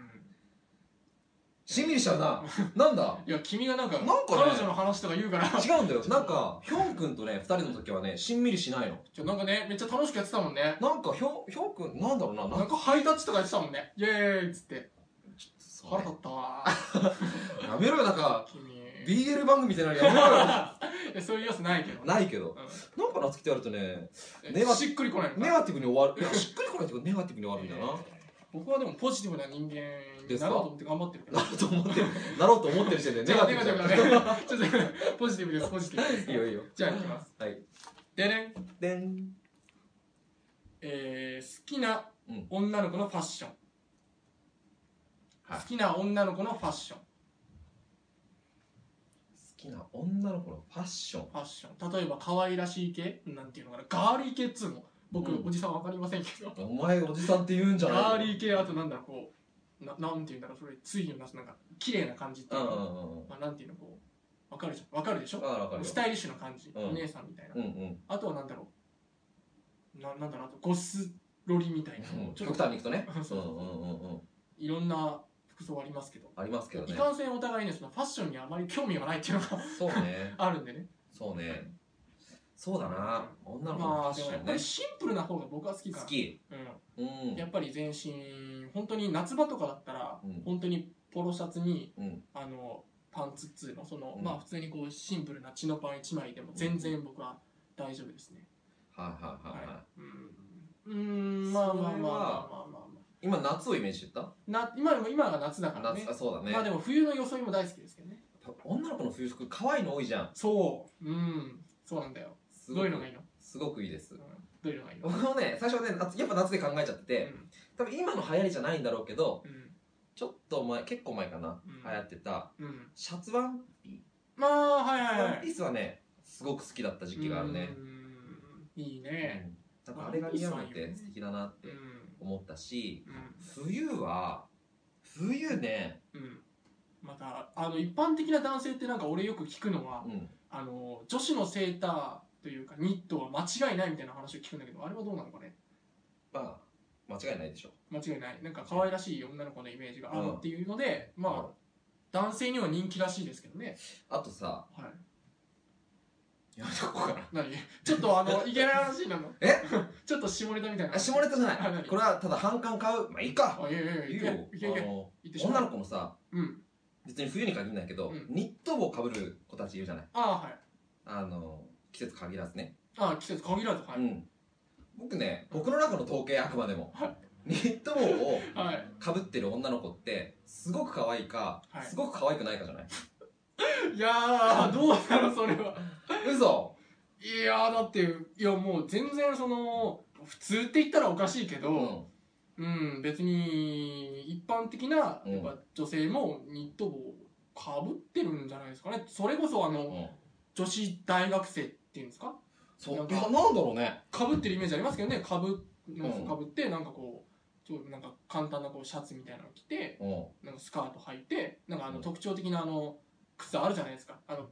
Speaker 2: しんみりしちゃう ななんだ
Speaker 1: いや、君がなんか、
Speaker 2: なんかね
Speaker 1: 彼女の話とか言う から。
Speaker 2: 違うんだよなんかヒョン君とね二人の時はねしんみりしないの
Speaker 1: ちょなんかね、めっちゃ楽しくやってたもんね。
Speaker 2: なんかヒョンヒョン君なんだろうな
Speaker 1: な
Speaker 2: な
Speaker 1: んん
Speaker 2: か
Speaker 1: かハイタッチとかやってたもんね。イエーイっつって。
Speaker 2: そ
Speaker 1: 腹
Speaker 2: れ
Speaker 1: 立ったわ。
Speaker 2: やめろよなんか
Speaker 1: 君。
Speaker 2: BL 番組みたいなのやめろよ
Speaker 1: えそういうやつないけど。
Speaker 2: ないけど
Speaker 1: う
Speaker 2: なんか夏希とやるとね
Speaker 1: ん
Speaker 2: 根は
Speaker 1: しっくりこないのか
Speaker 2: ネガティブに終わるいやしっくりこないっていうかネガティブに終わるんだよな
Speaker 1: 僕はでもポジティブな人間になろうと思って頑張ってるから
Speaker 2: な。ろうと思ってる、なろうと思ってる時点で、
Speaker 1: じ
Speaker 2: ネ
Speaker 1: ゃ
Speaker 2: ガ
Speaker 1: あ
Speaker 2: テ
Speaker 1: ネガ
Speaker 2: ィブ
Speaker 1: ティ
Speaker 2: じゃ
Speaker 1: ブ
Speaker 2: ん
Speaker 1: だね。ちょっとポジティブです、ポジティブです。
Speaker 2: いいよいいよ。
Speaker 1: じゃあ行きます。
Speaker 2: はい。
Speaker 1: でね、
Speaker 2: でん。
Speaker 1: えー、好きな
Speaker 2: うん
Speaker 1: 女の子のファッション。
Speaker 2: はい
Speaker 1: 好きな女の子のファッション。
Speaker 2: 好きな女の子のファッション。
Speaker 1: ファッション。例えば可愛らしい系なんていうのかな。ガーリー系っつうの。僕、
Speaker 2: うん
Speaker 1: おじさんわかりませんけど。
Speaker 2: お前おじさんって言うんじゃない
Speaker 1: ガーリー系あとなんだろうこうななんていうんだろうそれついのなすなんか綺麗な感じっていううの
Speaker 2: んうんうんうん。
Speaker 1: まあ、なんていうのこうわかるじゃんわかるでしょ
Speaker 2: わかるわかるよ
Speaker 1: ス。タイリッシュな感じ、
Speaker 2: うん
Speaker 1: お姉さんみたいな、
Speaker 2: うんうん。
Speaker 1: あとはなんだろうななんだろうあとゴスロリみたいな、
Speaker 2: うん
Speaker 1: ちょ
Speaker 2: 極
Speaker 1: っと
Speaker 2: 端にいく とね。
Speaker 1: そう
Speaker 2: う
Speaker 1: そ
Speaker 2: ん
Speaker 1: う
Speaker 2: う
Speaker 1: そうん
Speaker 2: うんうん。
Speaker 1: いろんな服装ありますけど
Speaker 2: ありますけど
Speaker 1: い
Speaker 2: ね。
Speaker 1: かんせんお互いねそのファッションにあまり興味がないっていうのが
Speaker 2: そうね。
Speaker 1: あるんでね
Speaker 2: そうね。そうだな。女の子のフ
Speaker 1: ま
Speaker 2: ァッ
Speaker 1: あで
Speaker 2: シ
Speaker 1: もやっ
Speaker 2: ョン
Speaker 1: ぱり
Speaker 2: ね。
Speaker 1: シンプルな方が僕は好きかな
Speaker 2: 好き。う
Speaker 1: うん、や
Speaker 2: ん。
Speaker 1: っぱり全身本当に夏場とかだったら、
Speaker 2: うん
Speaker 1: 本当にポロシャツに
Speaker 2: うん。
Speaker 1: あのパンツっつうのその、
Speaker 2: うん
Speaker 1: まあ普通にこうシンプルなチノパン1枚でも全然僕は大丈夫ですね、
Speaker 2: はいはいはいはい。
Speaker 1: うんうんまあまあまあまあまあまあ、まあ、
Speaker 2: 今夏をイメージしてた
Speaker 1: な今でも今が夏だからね
Speaker 2: 夏、あ、そうだね
Speaker 1: まあ。でも冬の装いも大好きですけどね
Speaker 2: 女の子の冬服、可愛いの多いじゃん。
Speaker 1: そううんそうなんだよ
Speaker 2: す
Speaker 1: どういうのがいいの、
Speaker 2: すごくいいです
Speaker 1: うん。どういうのがいいの、
Speaker 2: 僕もね、最初はね、夏やっぱ夏で考えちゃってて、
Speaker 1: うん
Speaker 2: 多分今の流行りじゃないんだろうけど
Speaker 1: うん
Speaker 2: ちょっと前結構前かな、
Speaker 1: うん
Speaker 2: 流行ってた
Speaker 1: うん、
Speaker 2: シャツワン
Speaker 1: まあはいはい
Speaker 2: ワ
Speaker 1: は
Speaker 2: ンピ
Speaker 1: い
Speaker 2: ースはねすごく好きだった時期があるね、
Speaker 1: うんいい
Speaker 2: うん
Speaker 1: ね
Speaker 2: なんかあれが似合うのっ
Speaker 1: ワンピースはいいよ
Speaker 2: て
Speaker 1: ね
Speaker 2: 素敵だなって
Speaker 1: うん
Speaker 2: 思ったし
Speaker 1: うん
Speaker 2: 冬は冬ね、
Speaker 1: うんまたあの一般的な男性ってなんか俺よく聞くのは、
Speaker 2: うん、
Speaker 1: あの女子のセーターというかニットは間違いないみたいな話を聞くんだけどあれはどうなのかね
Speaker 2: まあ間違いないでしょ
Speaker 1: 間違いないなんか可愛らしい女の子のイメージがあ
Speaker 2: う
Speaker 1: る
Speaker 2: ん
Speaker 1: っていうので、まあ
Speaker 2: あ
Speaker 1: 男性には人気らしいですけどね
Speaker 2: あとさ
Speaker 1: はい
Speaker 2: やめとこうかな
Speaker 1: 何ちょっとあ のいけない話なの
Speaker 2: え
Speaker 1: ちょっと下ネタみたいな
Speaker 2: あ下ネタじゃ
Speaker 1: あ
Speaker 2: ない
Speaker 1: 何
Speaker 2: これはただ反感買うまあいいか
Speaker 1: あいやいやい
Speaker 2: いい
Speaker 1: や
Speaker 2: よ
Speaker 1: いやいやいやいやいやいや
Speaker 2: あの
Speaker 1: いってしまう
Speaker 2: 女の子もさ
Speaker 1: うん
Speaker 2: 別に冬に限らないけど、
Speaker 1: うん
Speaker 2: ニット帽かぶる子たちいるじゃない
Speaker 1: ああはい
Speaker 2: あの季節限らずね、
Speaker 1: ああ季節限らずはい、
Speaker 2: うん僕ね僕の中の統計あくまでも、
Speaker 1: はい
Speaker 2: ニット帽を
Speaker 1: はい
Speaker 2: かぶってる女の子ってすごく可愛いか、
Speaker 1: はい
Speaker 2: すごく可愛くないかじ ゃない
Speaker 1: いやーどうだろうそれは
Speaker 2: 嘘
Speaker 1: いやーだっていやもう全然その普通って言ったらおかしいけど、
Speaker 2: うん
Speaker 1: うん、別に一般的なやっ
Speaker 2: うん
Speaker 1: ぱ女性もニット帽をかぶってるんじゃないですかねそれこそあの、
Speaker 2: うん
Speaker 1: 女子大学生っていうんですか
Speaker 2: そう
Speaker 1: なん
Speaker 2: い
Speaker 1: か
Speaker 2: やなんだろうね
Speaker 1: かぶってるイメージありますけどねかぶ
Speaker 2: うん
Speaker 1: かぶってなんかこうちょっとなんか簡単なこうシャツみたいなの着て
Speaker 2: うん
Speaker 1: なんかスカート履いてなんかあ
Speaker 2: う
Speaker 1: の
Speaker 2: ん
Speaker 1: 特徴的なあの靴あるじゃないですかあ の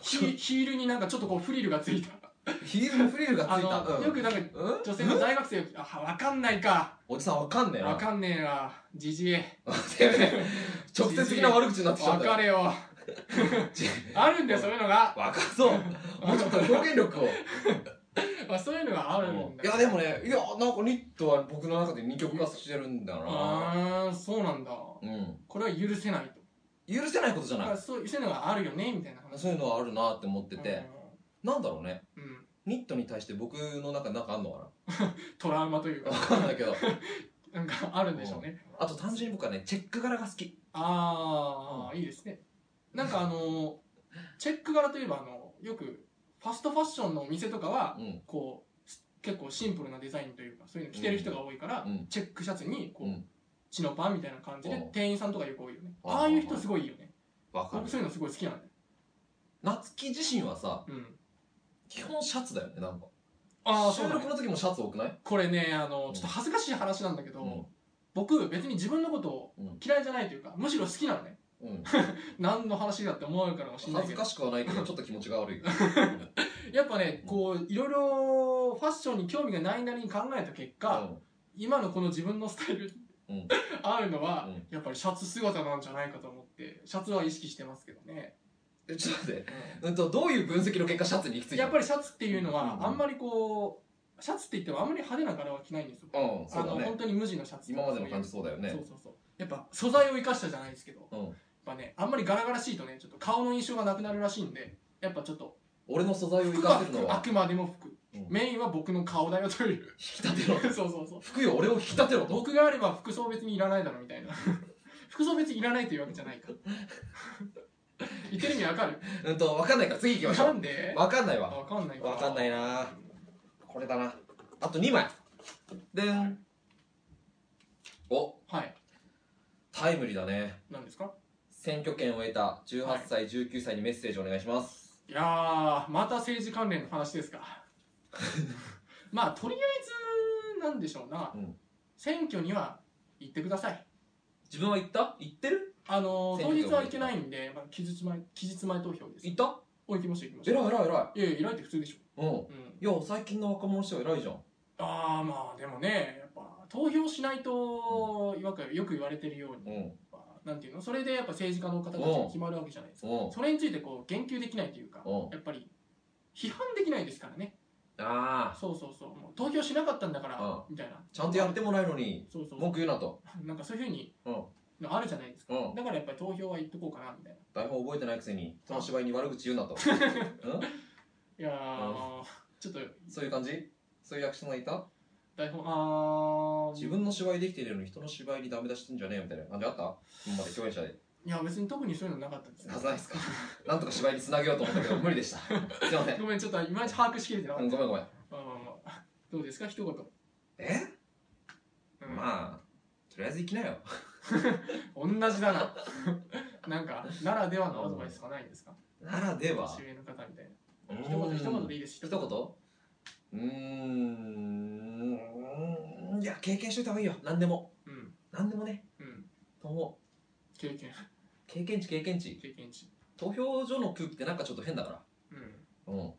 Speaker 1: ヒヒールになんかちょっとこうフリルがついた
Speaker 2: ヒールのフリルがつ
Speaker 1: あ
Speaker 2: いた
Speaker 1: の、
Speaker 2: うん
Speaker 1: よくなんか
Speaker 2: うん
Speaker 1: 女性の大学生あわかんないか
Speaker 2: おじさんわかんねえな
Speaker 1: わかんねえなじ じい
Speaker 2: てめえ直接的な悪口になってきちゃ
Speaker 1: わ
Speaker 2: った
Speaker 1: かれよ
Speaker 2: じ
Speaker 1: あるんだよそういうのが、
Speaker 2: わかそうもうちょっと表現力を
Speaker 1: まあ、そういうのがあるんだ
Speaker 2: いやでもねいやなんかニットは僕の中で二極化してるんだよな
Speaker 1: ああそうなんだ
Speaker 2: うん
Speaker 1: これは許せないと
Speaker 2: 許せないことじゃ
Speaker 1: だ
Speaker 2: な
Speaker 1: か
Speaker 2: い
Speaker 1: らそういうのがあるよねみたいな話
Speaker 2: そういうのはあるなって思ってて、なんだろうね
Speaker 1: うんうん、
Speaker 2: ニットに対して僕の中なんかあんのか
Speaker 1: トラウマという
Speaker 2: な
Speaker 1: か
Speaker 2: わかんないけど
Speaker 1: なんかあるんでしょうね
Speaker 2: あと単純に僕はねチェック柄が好き
Speaker 1: ああいいですねなんかあのチェック柄といえばあのよくファストファッションのお店とかは
Speaker 2: うん
Speaker 1: こうす結構シンプルなデザインというかそういうの着てる人が多いから、
Speaker 2: うん
Speaker 1: チェックシャツにこう、
Speaker 2: うん
Speaker 1: チノパンみたいな感じで
Speaker 2: うん
Speaker 1: 店員さんとかよく多いよね
Speaker 2: あー
Speaker 1: ああいう人すごいいいよね
Speaker 2: わかる
Speaker 1: 僕そういうのすごい好きなんだよ、
Speaker 2: 夏希自身はさ
Speaker 1: うん、
Speaker 2: 基本シャツだよねなんか
Speaker 1: ああそ
Speaker 2: 収
Speaker 1: うだね
Speaker 2: 録の時もシャツ多くない
Speaker 1: これねあの
Speaker 2: うん
Speaker 1: ちょっと恥ずかしい話なんだけど、
Speaker 2: うん
Speaker 1: 僕別に自分のことを
Speaker 2: うん
Speaker 1: 嫌いじゃないというかむしろ好きなのね
Speaker 2: うん
Speaker 1: 何の話だって思うからかもしれないけ
Speaker 2: 恥ず
Speaker 1: ど
Speaker 2: かしくはないけどちょっと気持ちが 悪い
Speaker 1: やっぱね
Speaker 2: うん
Speaker 1: こういろいろファッションに興味がないなりに考えた結果、
Speaker 2: うん
Speaker 1: 今のこの自分のスタイル
Speaker 2: うん
Speaker 1: 合うのは、
Speaker 2: うん
Speaker 1: やっぱりシャツ姿なんじゃないかと思ってシャツは意識してますけどね、
Speaker 2: えちょっと待ってうんとどういう分析の結果シャツに行き着いた
Speaker 1: やっぱ
Speaker 2: り
Speaker 1: りシャツっていうの
Speaker 2: うん
Speaker 1: は
Speaker 2: うん
Speaker 1: あんまりこうシャツって言ってもあんまり派手な柄は着ないんですよ、
Speaker 2: うんそ
Speaker 1: あ
Speaker 2: う
Speaker 1: の
Speaker 2: だね
Speaker 1: 本当に無地のシャツとか
Speaker 2: 今までの感じそうだよね
Speaker 1: そうそうそうやっぱ素材を生かしたじゃないですけど、
Speaker 2: うん
Speaker 1: やっぱねあんまりガラガラしいとねちょっと顔の印象がなくなるらしいんでやっぱちょっと
Speaker 2: 俺の素材を生
Speaker 1: 服
Speaker 2: か
Speaker 1: は
Speaker 2: せるの
Speaker 1: 服あ
Speaker 2: は
Speaker 1: くまでも服、
Speaker 2: うん
Speaker 1: メインは僕の顔だよという
Speaker 2: 引き立てろ
Speaker 1: そうそうそう
Speaker 2: 服よ俺を引き立てろと
Speaker 1: 僕があれば服装別にいらないだろみたいな服装別にいらないというわけじゃないか 言ってる意味わかる
Speaker 2: うんと分かんないから次行きましょ
Speaker 1: な
Speaker 2: うん
Speaker 1: で
Speaker 2: 分かんないわ
Speaker 1: わかんない
Speaker 2: 分かんないなこれだなあと2枚でんお
Speaker 1: はい
Speaker 2: タイムリーだね
Speaker 1: 何ですか
Speaker 2: 選挙権を得た18歳、19歳にメッセージお願いします
Speaker 1: いやーまた政治関連の話 ですかまあとりあえずなんでしょうな、
Speaker 2: うん
Speaker 1: 選挙には行ってください
Speaker 2: 自分は行った行ってる
Speaker 1: あのー
Speaker 2: 選
Speaker 1: 当
Speaker 2: 挙
Speaker 1: 日は行けないんで、まあ、期日前期日前投票です
Speaker 2: 行った
Speaker 1: お行きましょう行きまし
Speaker 2: 偉
Speaker 1: ょ
Speaker 2: い偉い偉
Speaker 1: ういやいや依頼って普通でしょ、
Speaker 2: いうん
Speaker 1: うん、
Speaker 2: いや最近の若者の人は偉いじゃん
Speaker 1: ああまあでもねやっぱ投票しないといわくよく言われてるように、
Speaker 2: うん
Speaker 1: まあなんていうのそれでやっぱ政治家の方たちが決まるわけじゃないですか、
Speaker 2: うん
Speaker 1: それについてこう言及できないというか、
Speaker 2: うん
Speaker 1: やっぱり批判できないですからね
Speaker 2: ああ
Speaker 1: そうそうそうもう投票しなかったんだから、
Speaker 2: うん
Speaker 1: みたいな
Speaker 2: ちゃんとやってもないのに
Speaker 1: そうそう
Speaker 2: 文句言うなと
Speaker 1: なんかそういうふうに
Speaker 2: うん
Speaker 1: のあるじゃないですか、
Speaker 2: うん
Speaker 1: だからやっぱり投票は行っとこうかなみたいな
Speaker 2: 台本覚えてないくせにその芝居に悪口言う なと、う
Speaker 1: いやー、ちょっと
Speaker 2: ん、そういう感じそういう役者さんいた
Speaker 1: 台本あー
Speaker 2: 自分の芝居できてるのに人の芝居にダメ出してんじゃねえよみたいな感じあった今まで共演者で
Speaker 1: いや別に特にそういうのなかったですね
Speaker 2: なさないです かなんとか芝居につなげようと思ったけど無理で したすいません
Speaker 1: ごめんちょっといまいち把握しきれてなか
Speaker 2: う
Speaker 1: っ
Speaker 2: んごめんごめん
Speaker 1: た、まあまあまあどうですか一言、
Speaker 2: え
Speaker 1: うん
Speaker 2: まあとりあえず行きなよ
Speaker 1: 同じだな なんかならではのアドバイスがないんですか
Speaker 2: ならでは
Speaker 1: 年上の方みたいな
Speaker 2: う
Speaker 1: 一
Speaker 2: ん
Speaker 1: 言一言でいいです
Speaker 2: 一言うーんいや経験しといた方がいいよ何でも
Speaker 1: うん
Speaker 2: 何でもね
Speaker 1: うん
Speaker 2: と思う
Speaker 1: 経験
Speaker 2: 経験値経験値
Speaker 1: 経験値
Speaker 2: 投票所の空気ってなんかちょっと変だから
Speaker 1: うん
Speaker 2: うん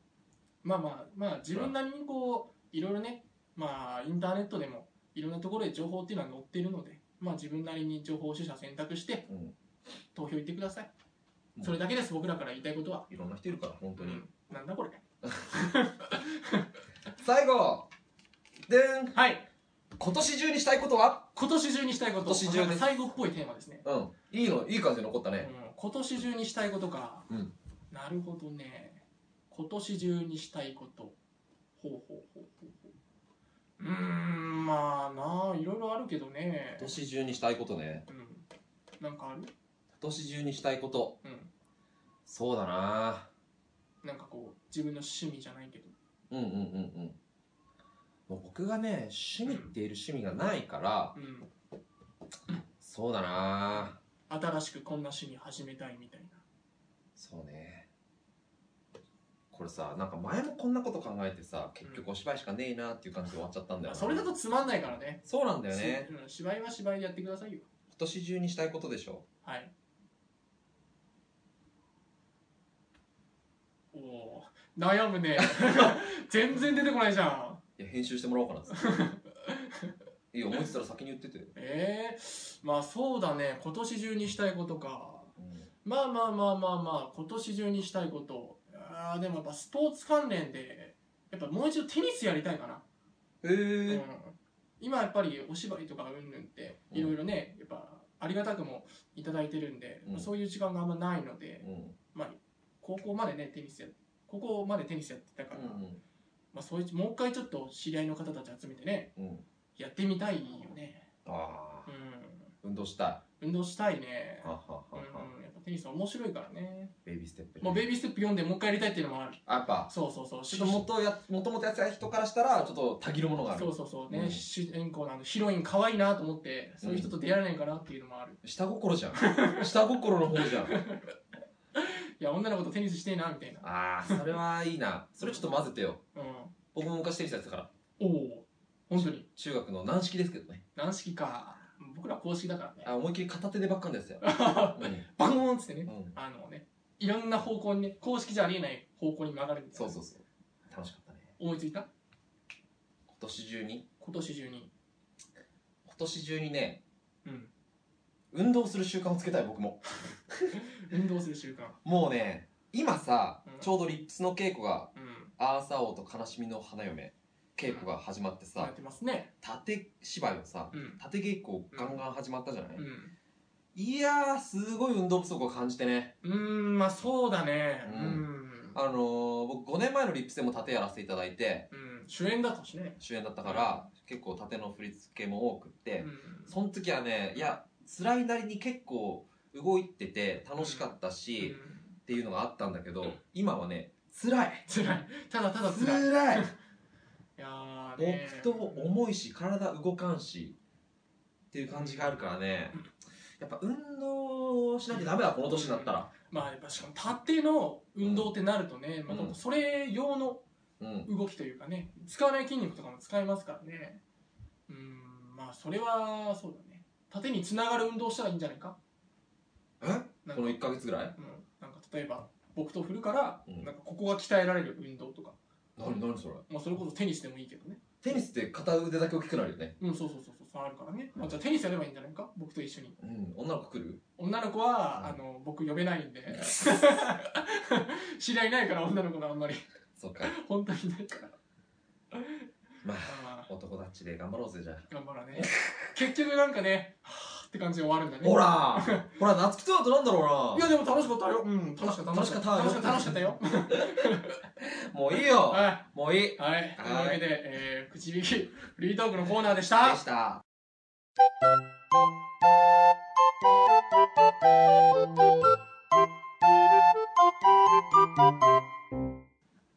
Speaker 1: まあまあまあ自分なりにこういろいろねまあインターネットでもいろんなところで情報っていうのは載ってるのでまあ自分なりに情報取捨選択して
Speaker 2: うん
Speaker 1: 投票行ってください、
Speaker 2: うん
Speaker 1: それだけです僕らから言いたいことはい
Speaker 2: ろんな人いるから本当に、
Speaker 1: うんなんだこれ
Speaker 2: 最後でん
Speaker 1: はい
Speaker 2: 今年中にしたいことは
Speaker 1: 今年中にしたいこと
Speaker 2: 今年中です
Speaker 1: なんか最後っぽいテーマですね
Speaker 2: うんいいのいい感じで残ったね、
Speaker 1: うん今年中にしたいことか、
Speaker 2: うん
Speaker 1: なるほどね今年中にしたいことほうほうほうほうほううーんまあなあいろいろあるけどね
Speaker 2: 今年中にしたいことね。
Speaker 1: うんなんかある
Speaker 2: 今年中にしたいこと。
Speaker 1: うん
Speaker 2: そうだな
Speaker 1: なんかこう自分の趣味じゃないけど
Speaker 2: うんうんうんうん。もう僕がね、趣味っている趣味がないから、
Speaker 1: うん
Speaker 2: そうだな
Speaker 1: 新しくこんな趣味始めたいみたいな
Speaker 2: そうね。これさ、なんか前もこんなこと考えてさ、結局お芝居しかねえなっていう感じで終わっちゃったんだよ
Speaker 1: あ
Speaker 2: な。
Speaker 1: それだとつまんないからね
Speaker 2: そうなんだよね。
Speaker 1: しうん芝居は芝居でやってくださいよ
Speaker 2: 今年中にしたいことでしょ。
Speaker 1: はいおお悩むね 全然出てこないじゃん
Speaker 2: いや、編集してもらおう かなっつって。いや、思ってたら先に言ってて。
Speaker 1: ええまあそうだね今年中にしたいことか
Speaker 2: うん
Speaker 1: まあまあまあまあまあ今年中にしたいことあーでもやっぱスポーツ関連でやっぱもう一度テニスやりたいかな、
Speaker 2: へ
Speaker 1: うん
Speaker 2: え。、
Speaker 1: 今やっぱりお芝居とかうんぬんっていろいろね、やっぱありがたくもいただいてるんで、
Speaker 2: うん
Speaker 1: そういう時間があんまないので
Speaker 2: うん。
Speaker 1: 高校までねテニスや高校までテニスやってたから、
Speaker 2: うん
Speaker 1: まあ、そういうもう一回ちょっと知り合いの方たち集めてね
Speaker 2: うん。うん。
Speaker 1: やってみたいよね、
Speaker 2: ああ
Speaker 1: う、
Speaker 2: 運動したい。は
Speaker 1: ん、運動したいね
Speaker 2: ははは
Speaker 1: うん、やっぱテニスは面白いからね
Speaker 2: ベイビーステップ。
Speaker 1: もうベイビーステップ読んでもう一回やりたいっていうのもある
Speaker 2: あ、やっぱ。
Speaker 1: そうそうそう
Speaker 2: ちょっと元や、もともとやってた人からしたら、ちょっとたぎるものがある
Speaker 1: そう。そうそうね、
Speaker 2: うん
Speaker 1: 主人公のあのヒロイン可愛いなと思ってそういう人と出会えないかなっていうのもある、
Speaker 2: 下心じゃん。 下心の方じゃん。
Speaker 1: いや女の子とテニスしてえなみたいな
Speaker 2: ああ、それはいいな。それちょっと混ぜてよ。
Speaker 1: うん
Speaker 2: 僕も昔テニスやってたから。
Speaker 1: おお本当に
Speaker 2: 中学の軟式ですけどね。
Speaker 1: 軟式か僕ら公式だからね
Speaker 2: あ思いっきり片手でばっかんです よ。
Speaker 1: バンーンっつって
Speaker 2: うん
Speaker 1: ね
Speaker 2: うん
Speaker 1: あのねいろんな方向にね公式じゃありえない方向に曲がるみたい
Speaker 2: そ
Speaker 1: な
Speaker 2: うそうそう。楽しかったね。
Speaker 1: 思いついた
Speaker 2: 今年中に
Speaker 1: 今年中に
Speaker 2: 今年中にね、
Speaker 1: うん
Speaker 2: 運動する習慣をつけたい僕も。
Speaker 1: 運動する習慣
Speaker 2: もうね、今さ
Speaker 1: う、ん
Speaker 2: ちょうどリップスの稽古が、
Speaker 1: うん
Speaker 2: アーサー王と悲しみの花嫁、稽古が始まって
Speaker 1: や
Speaker 2: さ
Speaker 1: っ、てますね
Speaker 2: 縦芝居をさ、
Speaker 1: うん
Speaker 2: 縦稽古ガンガン始まったじゃない、
Speaker 1: うん
Speaker 2: いやー、すごい運動不足を感じてね。
Speaker 1: うーんまあそうだね
Speaker 2: う
Speaker 1: うんん、うん
Speaker 2: あのー、僕5年前のリップスでも縦やらせていただいて、
Speaker 1: 主演だったしね、
Speaker 2: 主演だったから、結構縦の振り付けも多くっ
Speaker 1: う
Speaker 2: て、
Speaker 1: ん、
Speaker 2: その時はね、いや、辛いなりに結構動いてて楽しかったし、っ
Speaker 1: うん
Speaker 2: ていうのがあったんだけど、今はね、辛い
Speaker 1: 辛いただただ辛いい
Speaker 2: 辛い
Speaker 1: やーね
Speaker 2: 僕と重いし、体動かんし、っていう感じがあるからね、やっぱ運動しなきゃダメだ、この年になったら。
Speaker 1: まあやっぱしかも縦の運動ってなるとね、まあ
Speaker 2: うん
Speaker 1: それ用の
Speaker 2: うん。
Speaker 1: 動きというかね使わない筋肉とかも使いますからねうんまあそれはそうだね縦につながる運動したらいいんじゃないか
Speaker 2: え
Speaker 1: なん
Speaker 2: こ
Speaker 1: か,、う
Speaker 2: の
Speaker 1: ん、
Speaker 2: 1ヶ月ぐらい
Speaker 1: なんか例えば僕と振るから、
Speaker 2: うん
Speaker 1: なんかここが鍛えられる運動とか、
Speaker 2: 何、何それ
Speaker 1: まあ、それこそテニスでもいいけどね
Speaker 2: テニスって片腕だけ大きくなるよね。
Speaker 1: うんそうそうそうそうそうあるからね、まあ、じゃあテニスやればいいんじゃないか僕と一緒に
Speaker 2: うん、女の子来 る
Speaker 1: 女の子は、
Speaker 2: うん
Speaker 1: あの僕呼べないんで 知り合いないから女の子があんまり
Speaker 2: そうか。
Speaker 1: 本当にいないから
Speaker 2: まあ、
Speaker 1: ああ
Speaker 2: 男たちで頑張ろうぜ、じゃあ。
Speaker 1: 頑張らね結局なんかねはぁって感じで終わるんだね
Speaker 2: ほらほら、夏来たとなんだろ
Speaker 1: いうやでも楽しかったようん楽しかった
Speaker 2: 楽しかった
Speaker 1: 楽しかった楽しかったよ
Speaker 2: な。もういいよ
Speaker 1: は
Speaker 2: もういいで
Speaker 1: いはいというわけで、えー、口引きフリートークのコーナーでした
Speaker 2: した。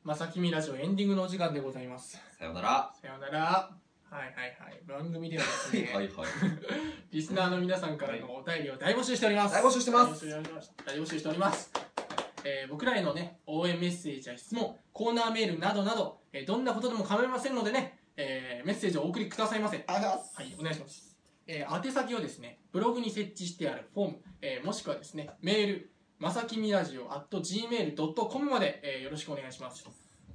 Speaker 1: まさきみラジオエンディングのお時間でございます
Speaker 2: さよなら。
Speaker 1: さよならはいはいはい番組ではですね、
Speaker 2: はいはい。
Speaker 1: リスナーの皆さんからのお便りを大募集しております。
Speaker 2: 大募集してます
Speaker 1: 大募集しております。大募集しております。えー僕らへのね、応援メッセージや質問、コーナーメールなどなど、えーどんなことでも構いませんのでね、えーメッセージをお送りくださいませ。は
Speaker 2: ありがとうございます
Speaker 1: い、お願いします。えー宛先をですね、ブログに設置してあるフォーム、えーもしくはですね、メール、まさきみラジオ gmail.com まで、えーよろしくお願いします。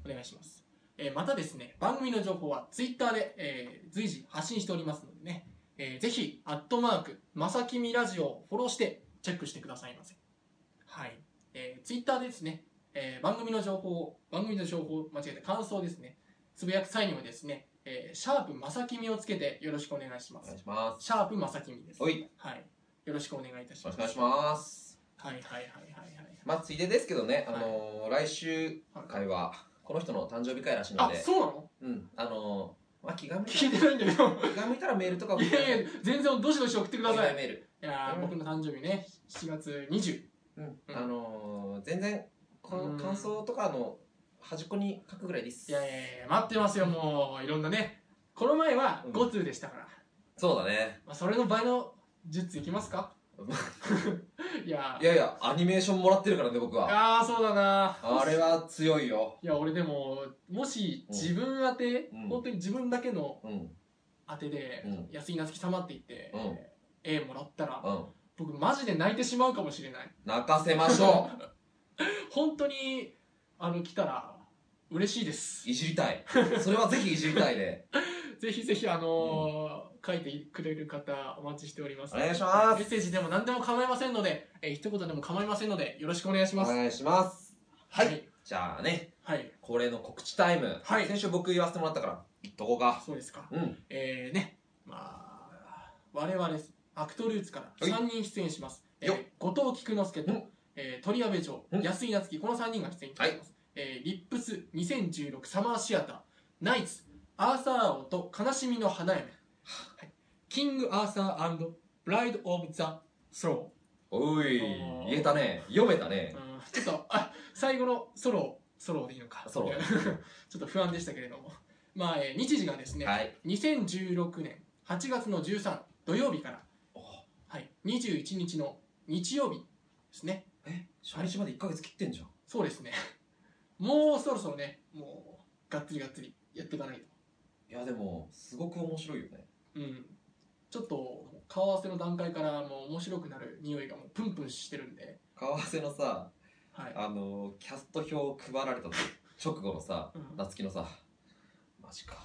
Speaker 1: お願いします。えーまたですね、番組の情報はツイッターで、えー随時発信しておりますのでね、えーぜひ、アットマーク、まさきみラジオをフォローしてチェックしてくださいませ。はい。えー、ツイッターでですね、えー番組の情報を、番組の情報、間違えて感想ですね、つぶやく際にはですね、えーシャープまさきみをつけてよろしくお願いしま
Speaker 2: お願
Speaker 1: す
Speaker 2: い。します。
Speaker 1: シャープまさきみです。
Speaker 2: はい。
Speaker 1: はい。よろしくお願いいたし
Speaker 2: お
Speaker 1: ます。
Speaker 2: 願いします。
Speaker 1: はいはいはいはいはい
Speaker 2: まあ、ついでですけどね、あ
Speaker 1: はい
Speaker 2: のー来週会は、この人の誕生日会らしいの
Speaker 1: あ
Speaker 2: で、
Speaker 1: そうなの
Speaker 2: うん、あのーまあ、気が向いた
Speaker 1: 聞いてないんだけ ど
Speaker 2: ら、気が向いたらメールとか送っ
Speaker 1: い
Speaker 2: て
Speaker 1: やいや全然どしどし送ってくだ
Speaker 2: お
Speaker 1: さ
Speaker 2: 願い
Speaker 1: い
Speaker 2: メール。
Speaker 1: いやー僕の誕生日ね7月20
Speaker 2: うん、
Speaker 1: うん
Speaker 2: あのー全然、こ
Speaker 1: うん
Speaker 2: の感想とか、あの、端っこに書くぐらいです。
Speaker 1: いやいやいや待ってますよもういろんなねこの前は
Speaker 2: うん
Speaker 1: 5通でしたから、
Speaker 2: そうだね。
Speaker 1: まあ、それの倍の10通いき ますかいや
Speaker 2: いやいや、アニメーションもらってるからね、僕は。
Speaker 1: ああそうだな
Speaker 2: あれは強いよ。
Speaker 1: いや俺でももし
Speaker 2: うん
Speaker 1: 自分宛て、
Speaker 2: うん
Speaker 1: 本当に自分だけの
Speaker 2: うん、うん、
Speaker 1: 宛てで
Speaker 2: うん
Speaker 1: 「安井なつき様」って言って、
Speaker 2: うん
Speaker 1: A もらったら僕マジで泣いてしまうかもしれない
Speaker 2: 泣かせましょ
Speaker 1: 本当にあの来たら嬉しいです
Speaker 2: う。いじりたい。それはぜひいじりたいで。
Speaker 1: ぜひぜひあのー書いてくれる方お待ちしております
Speaker 2: お願いします
Speaker 1: メッセージでも何でも構いませんので、えー一言でも構いませんのでよろしくお願いし
Speaker 2: お
Speaker 1: ます
Speaker 2: 願いします。は
Speaker 1: はい
Speaker 2: い。じゃあね、
Speaker 1: はい
Speaker 2: 恒例の告知タイム。
Speaker 1: はい
Speaker 2: 先週僕言わせてもらったから、言っとこうか。
Speaker 1: そうですか
Speaker 2: うん。
Speaker 1: えー、ね、まあ、我々、アクトルーツから
Speaker 2: はい
Speaker 1: 3人出演します。えー
Speaker 2: よ
Speaker 1: 後藤菊之助
Speaker 2: うん
Speaker 1: と、えー、鳥矢部長
Speaker 2: う、ん
Speaker 1: 安井夏樹、この3人が出演いたします。えーリップス2016サマーシアター、ナイツ、アーサー王と悲しみの花嫁、はいキングアーサーブライド・オブ・ザ・ソロ
Speaker 2: おい
Speaker 1: あー、
Speaker 2: 言えたね。読めたね
Speaker 1: ー。う。んちょっと、あ、最後のソロ、ソロでいいのか。
Speaker 2: ソロ
Speaker 1: ちょっと不安でしたけれども。まあ、えー日時がですね、
Speaker 2: はい。
Speaker 1: 2016年8月の13土曜日から、
Speaker 2: お
Speaker 1: はい、21日の日曜日ですね
Speaker 2: え、初日まで1ヶ月切ってんじゃん。
Speaker 1: そうですねもうそろそろねもうがっつりがっつりやっていかないと
Speaker 2: いや、でも、すごく面白いよね。
Speaker 1: うんちょっともう顔合わせの段階からもう面白くなる匂いがもうプンプンしてるんで、
Speaker 2: 顔合わせのさ、
Speaker 1: はい
Speaker 2: あのー、キャスト表を配られた直後のさ
Speaker 1: う、ん
Speaker 2: 夏希のさ、マジか。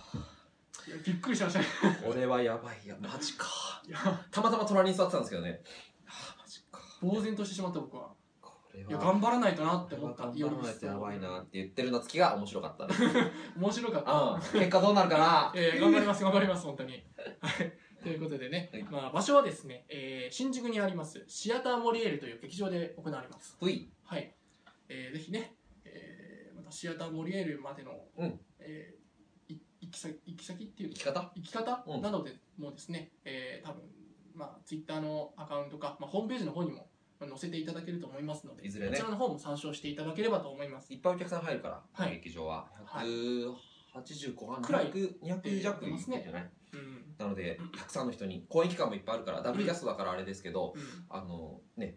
Speaker 1: いやびっくりしましたね
Speaker 2: 俺はやばいや、マジか。
Speaker 1: いや
Speaker 2: たまたま隣に座ってたんですけどね。はあ、マジか。
Speaker 1: 呆然としてしまった僕は
Speaker 2: これは。
Speaker 1: いや頑張らないとなって思
Speaker 2: 頑
Speaker 1: った
Speaker 2: 張らないとやばいなって言ってる夏希が面白かったね。
Speaker 1: 面白かった
Speaker 2: うん。結果どうなるかな
Speaker 1: えー、頑張ります、頑張ります、本当に。はいということでね、
Speaker 2: はい
Speaker 1: まあ、場所はですね、えー新宿にあります、シアターモリエールという劇場で行われます。
Speaker 2: ほい。
Speaker 1: はい。えーぜひね、えーまたシアターモリエールまでの、
Speaker 2: うん
Speaker 1: えーい行き先、行き先っていうの
Speaker 2: 生き方
Speaker 1: 行き方、
Speaker 2: うん
Speaker 1: などでもですね、えー多分、まあ、ツイッターのアカウントか、まあ、ホームページの方にも載せていただけると思いますので、
Speaker 2: いずれ
Speaker 1: こ
Speaker 2: ね
Speaker 1: ちら。の方も参照していただければと思います。
Speaker 2: いっぱいお客さん入るから、
Speaker 1: はい
Speaker 2: 劇場は。
Speaker 1: はい
Speaker 2: 180後半、
Speaker 1: くらい
Speaker 2: 200 200弱いくんじゃない、
Speaker 1: うん。
Speaker 2: なので、たくさんの人に、公演期間もいっぱいあるから、ダブルキャストだからあれですけど、
Speaker 1: うん
Speaker 2: あの、ね、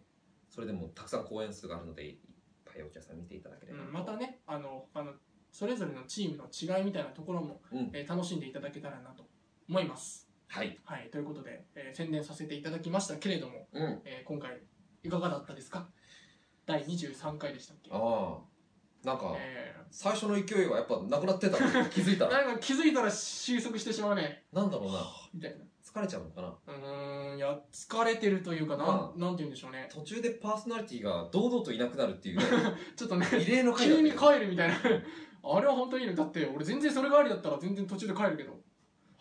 Speaker 2: それでもたくさん公演数があるので、いっぱいお客さん見ていただければ、
Speaker 1: うんまたねあの他のそれぞれのチームの違いみたいなところも、
Speaker 2: うん
Speaker 1: えー楽しんでいただけたらなと思います。
Speaker 2: はい。
Speaker 1: はい、ということで、えー宣伝させていただきましたけれども、
Speaker 2: うん。
Speaker 1: えー今回いかがだったですか第23回でしたっけ、
Speaker 2: ああ。なんか、
Speaker 1: えー
Speaker 2: 最初の勢いはやっぱなくなってたの気づいたら。
Speaker 1: なんか気づいたら収束してしまうね
Speaker 2: なんだろうな。
Speaker 1: みたいな
Speaker 2: 疲れちゃうのかな。
Speaker 1: うーんいや疲れてるというかなん、なんて言うんでしょうね
Speaker 2: 途中でパーソナリティが堂々といなくなるっ ていうね、
Speaker 1: ちょっと ね
Speaker 2: 異例の回だっ
Speaker 1: 急
Speaker 2: た
Speaker 1: に
Speaker 2: けど
Speaker 1: 帰るみたいな あれは本当にいいのだって俺全然それ代わりだったら全然途中で帰るけど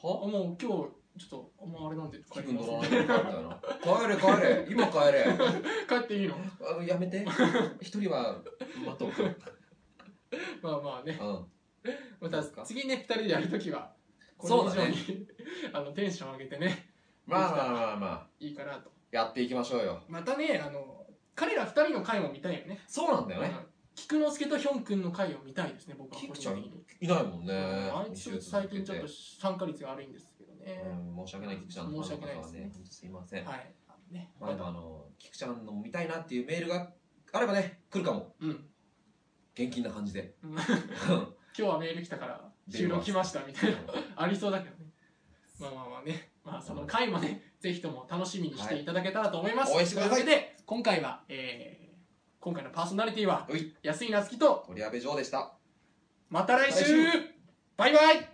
Speaker 1: あ
Speaker 2: は
Speaker 1: もう今日ちょっとあんまあれなんで帰
Speaker 2: 気
Speaker 1: り
Speaker 2: 分
Speaker 1: ます
Speaker 2: 乗らないなみたいな。帰れ帰れ、今帰れ。
Speaker 1: 帰っていいの
Speaker 2: あやめて。一人は待とうか。
Speaker 1: まあまあね
Speaker 2: う
Speaker 1: ま
Speaker 2: ん。
Speaker 1: た次ね2人でやるときはこれ以上に、 あのテンション上げてね
Speaker 2: まあまあまあまあ、
Speaker 1: いいかなと
Speaker 2: やっていきましょうよ。
Speaker 1: またねあの彼ら2人の回も見たいよね
Speaker 2: そうなんだよ
Speaker 1: あ
Speaker 2: ね
Speaker 1: の。菊之助とヒョン君の回を見たいですね僕は
Speaker 2: キクちゃん
Speaker 1: に、
Speaker 2: いないもんね。
Speaker 1: あいつ最近ちょっと
Speaker 2: 手
Speaker 1: 参加率が悪いんですけどね、
Speaker 2: うん、申し訳ない、キクちゃんの
Speaker 1: 申し訳ないですね
Speaker 2: ファンの方は本当すいません。
Speaker 1: はいあのね
Speaker 2: まあ、
Speaker 1: ま
Speaker 2: でも
Speaker 1: た
Speaker 2: あの、キクちゃんの見たいなっていうメールがあればね、来るかも。
Speaker 1: うん
Speaker 2: 現金な感じで。
Speaker 1: 今 日はメール来たから収録来ましたみたいなありそうだけどねまあまあまあね、まあその回もね、ぜひとも楽しみにしていただけたらと思います。
Speaker 2: はい応援してください
Speaker 1: ということで、今回は、えー、今回のパーソナリティは
Speaker 2: はい、
Speaker 1: 安井なつきと、
Speaker 2: 鳥矢部城でした。
Speaker 1: また来週
Speaker 2: 来週
Speaker 1: バイバイ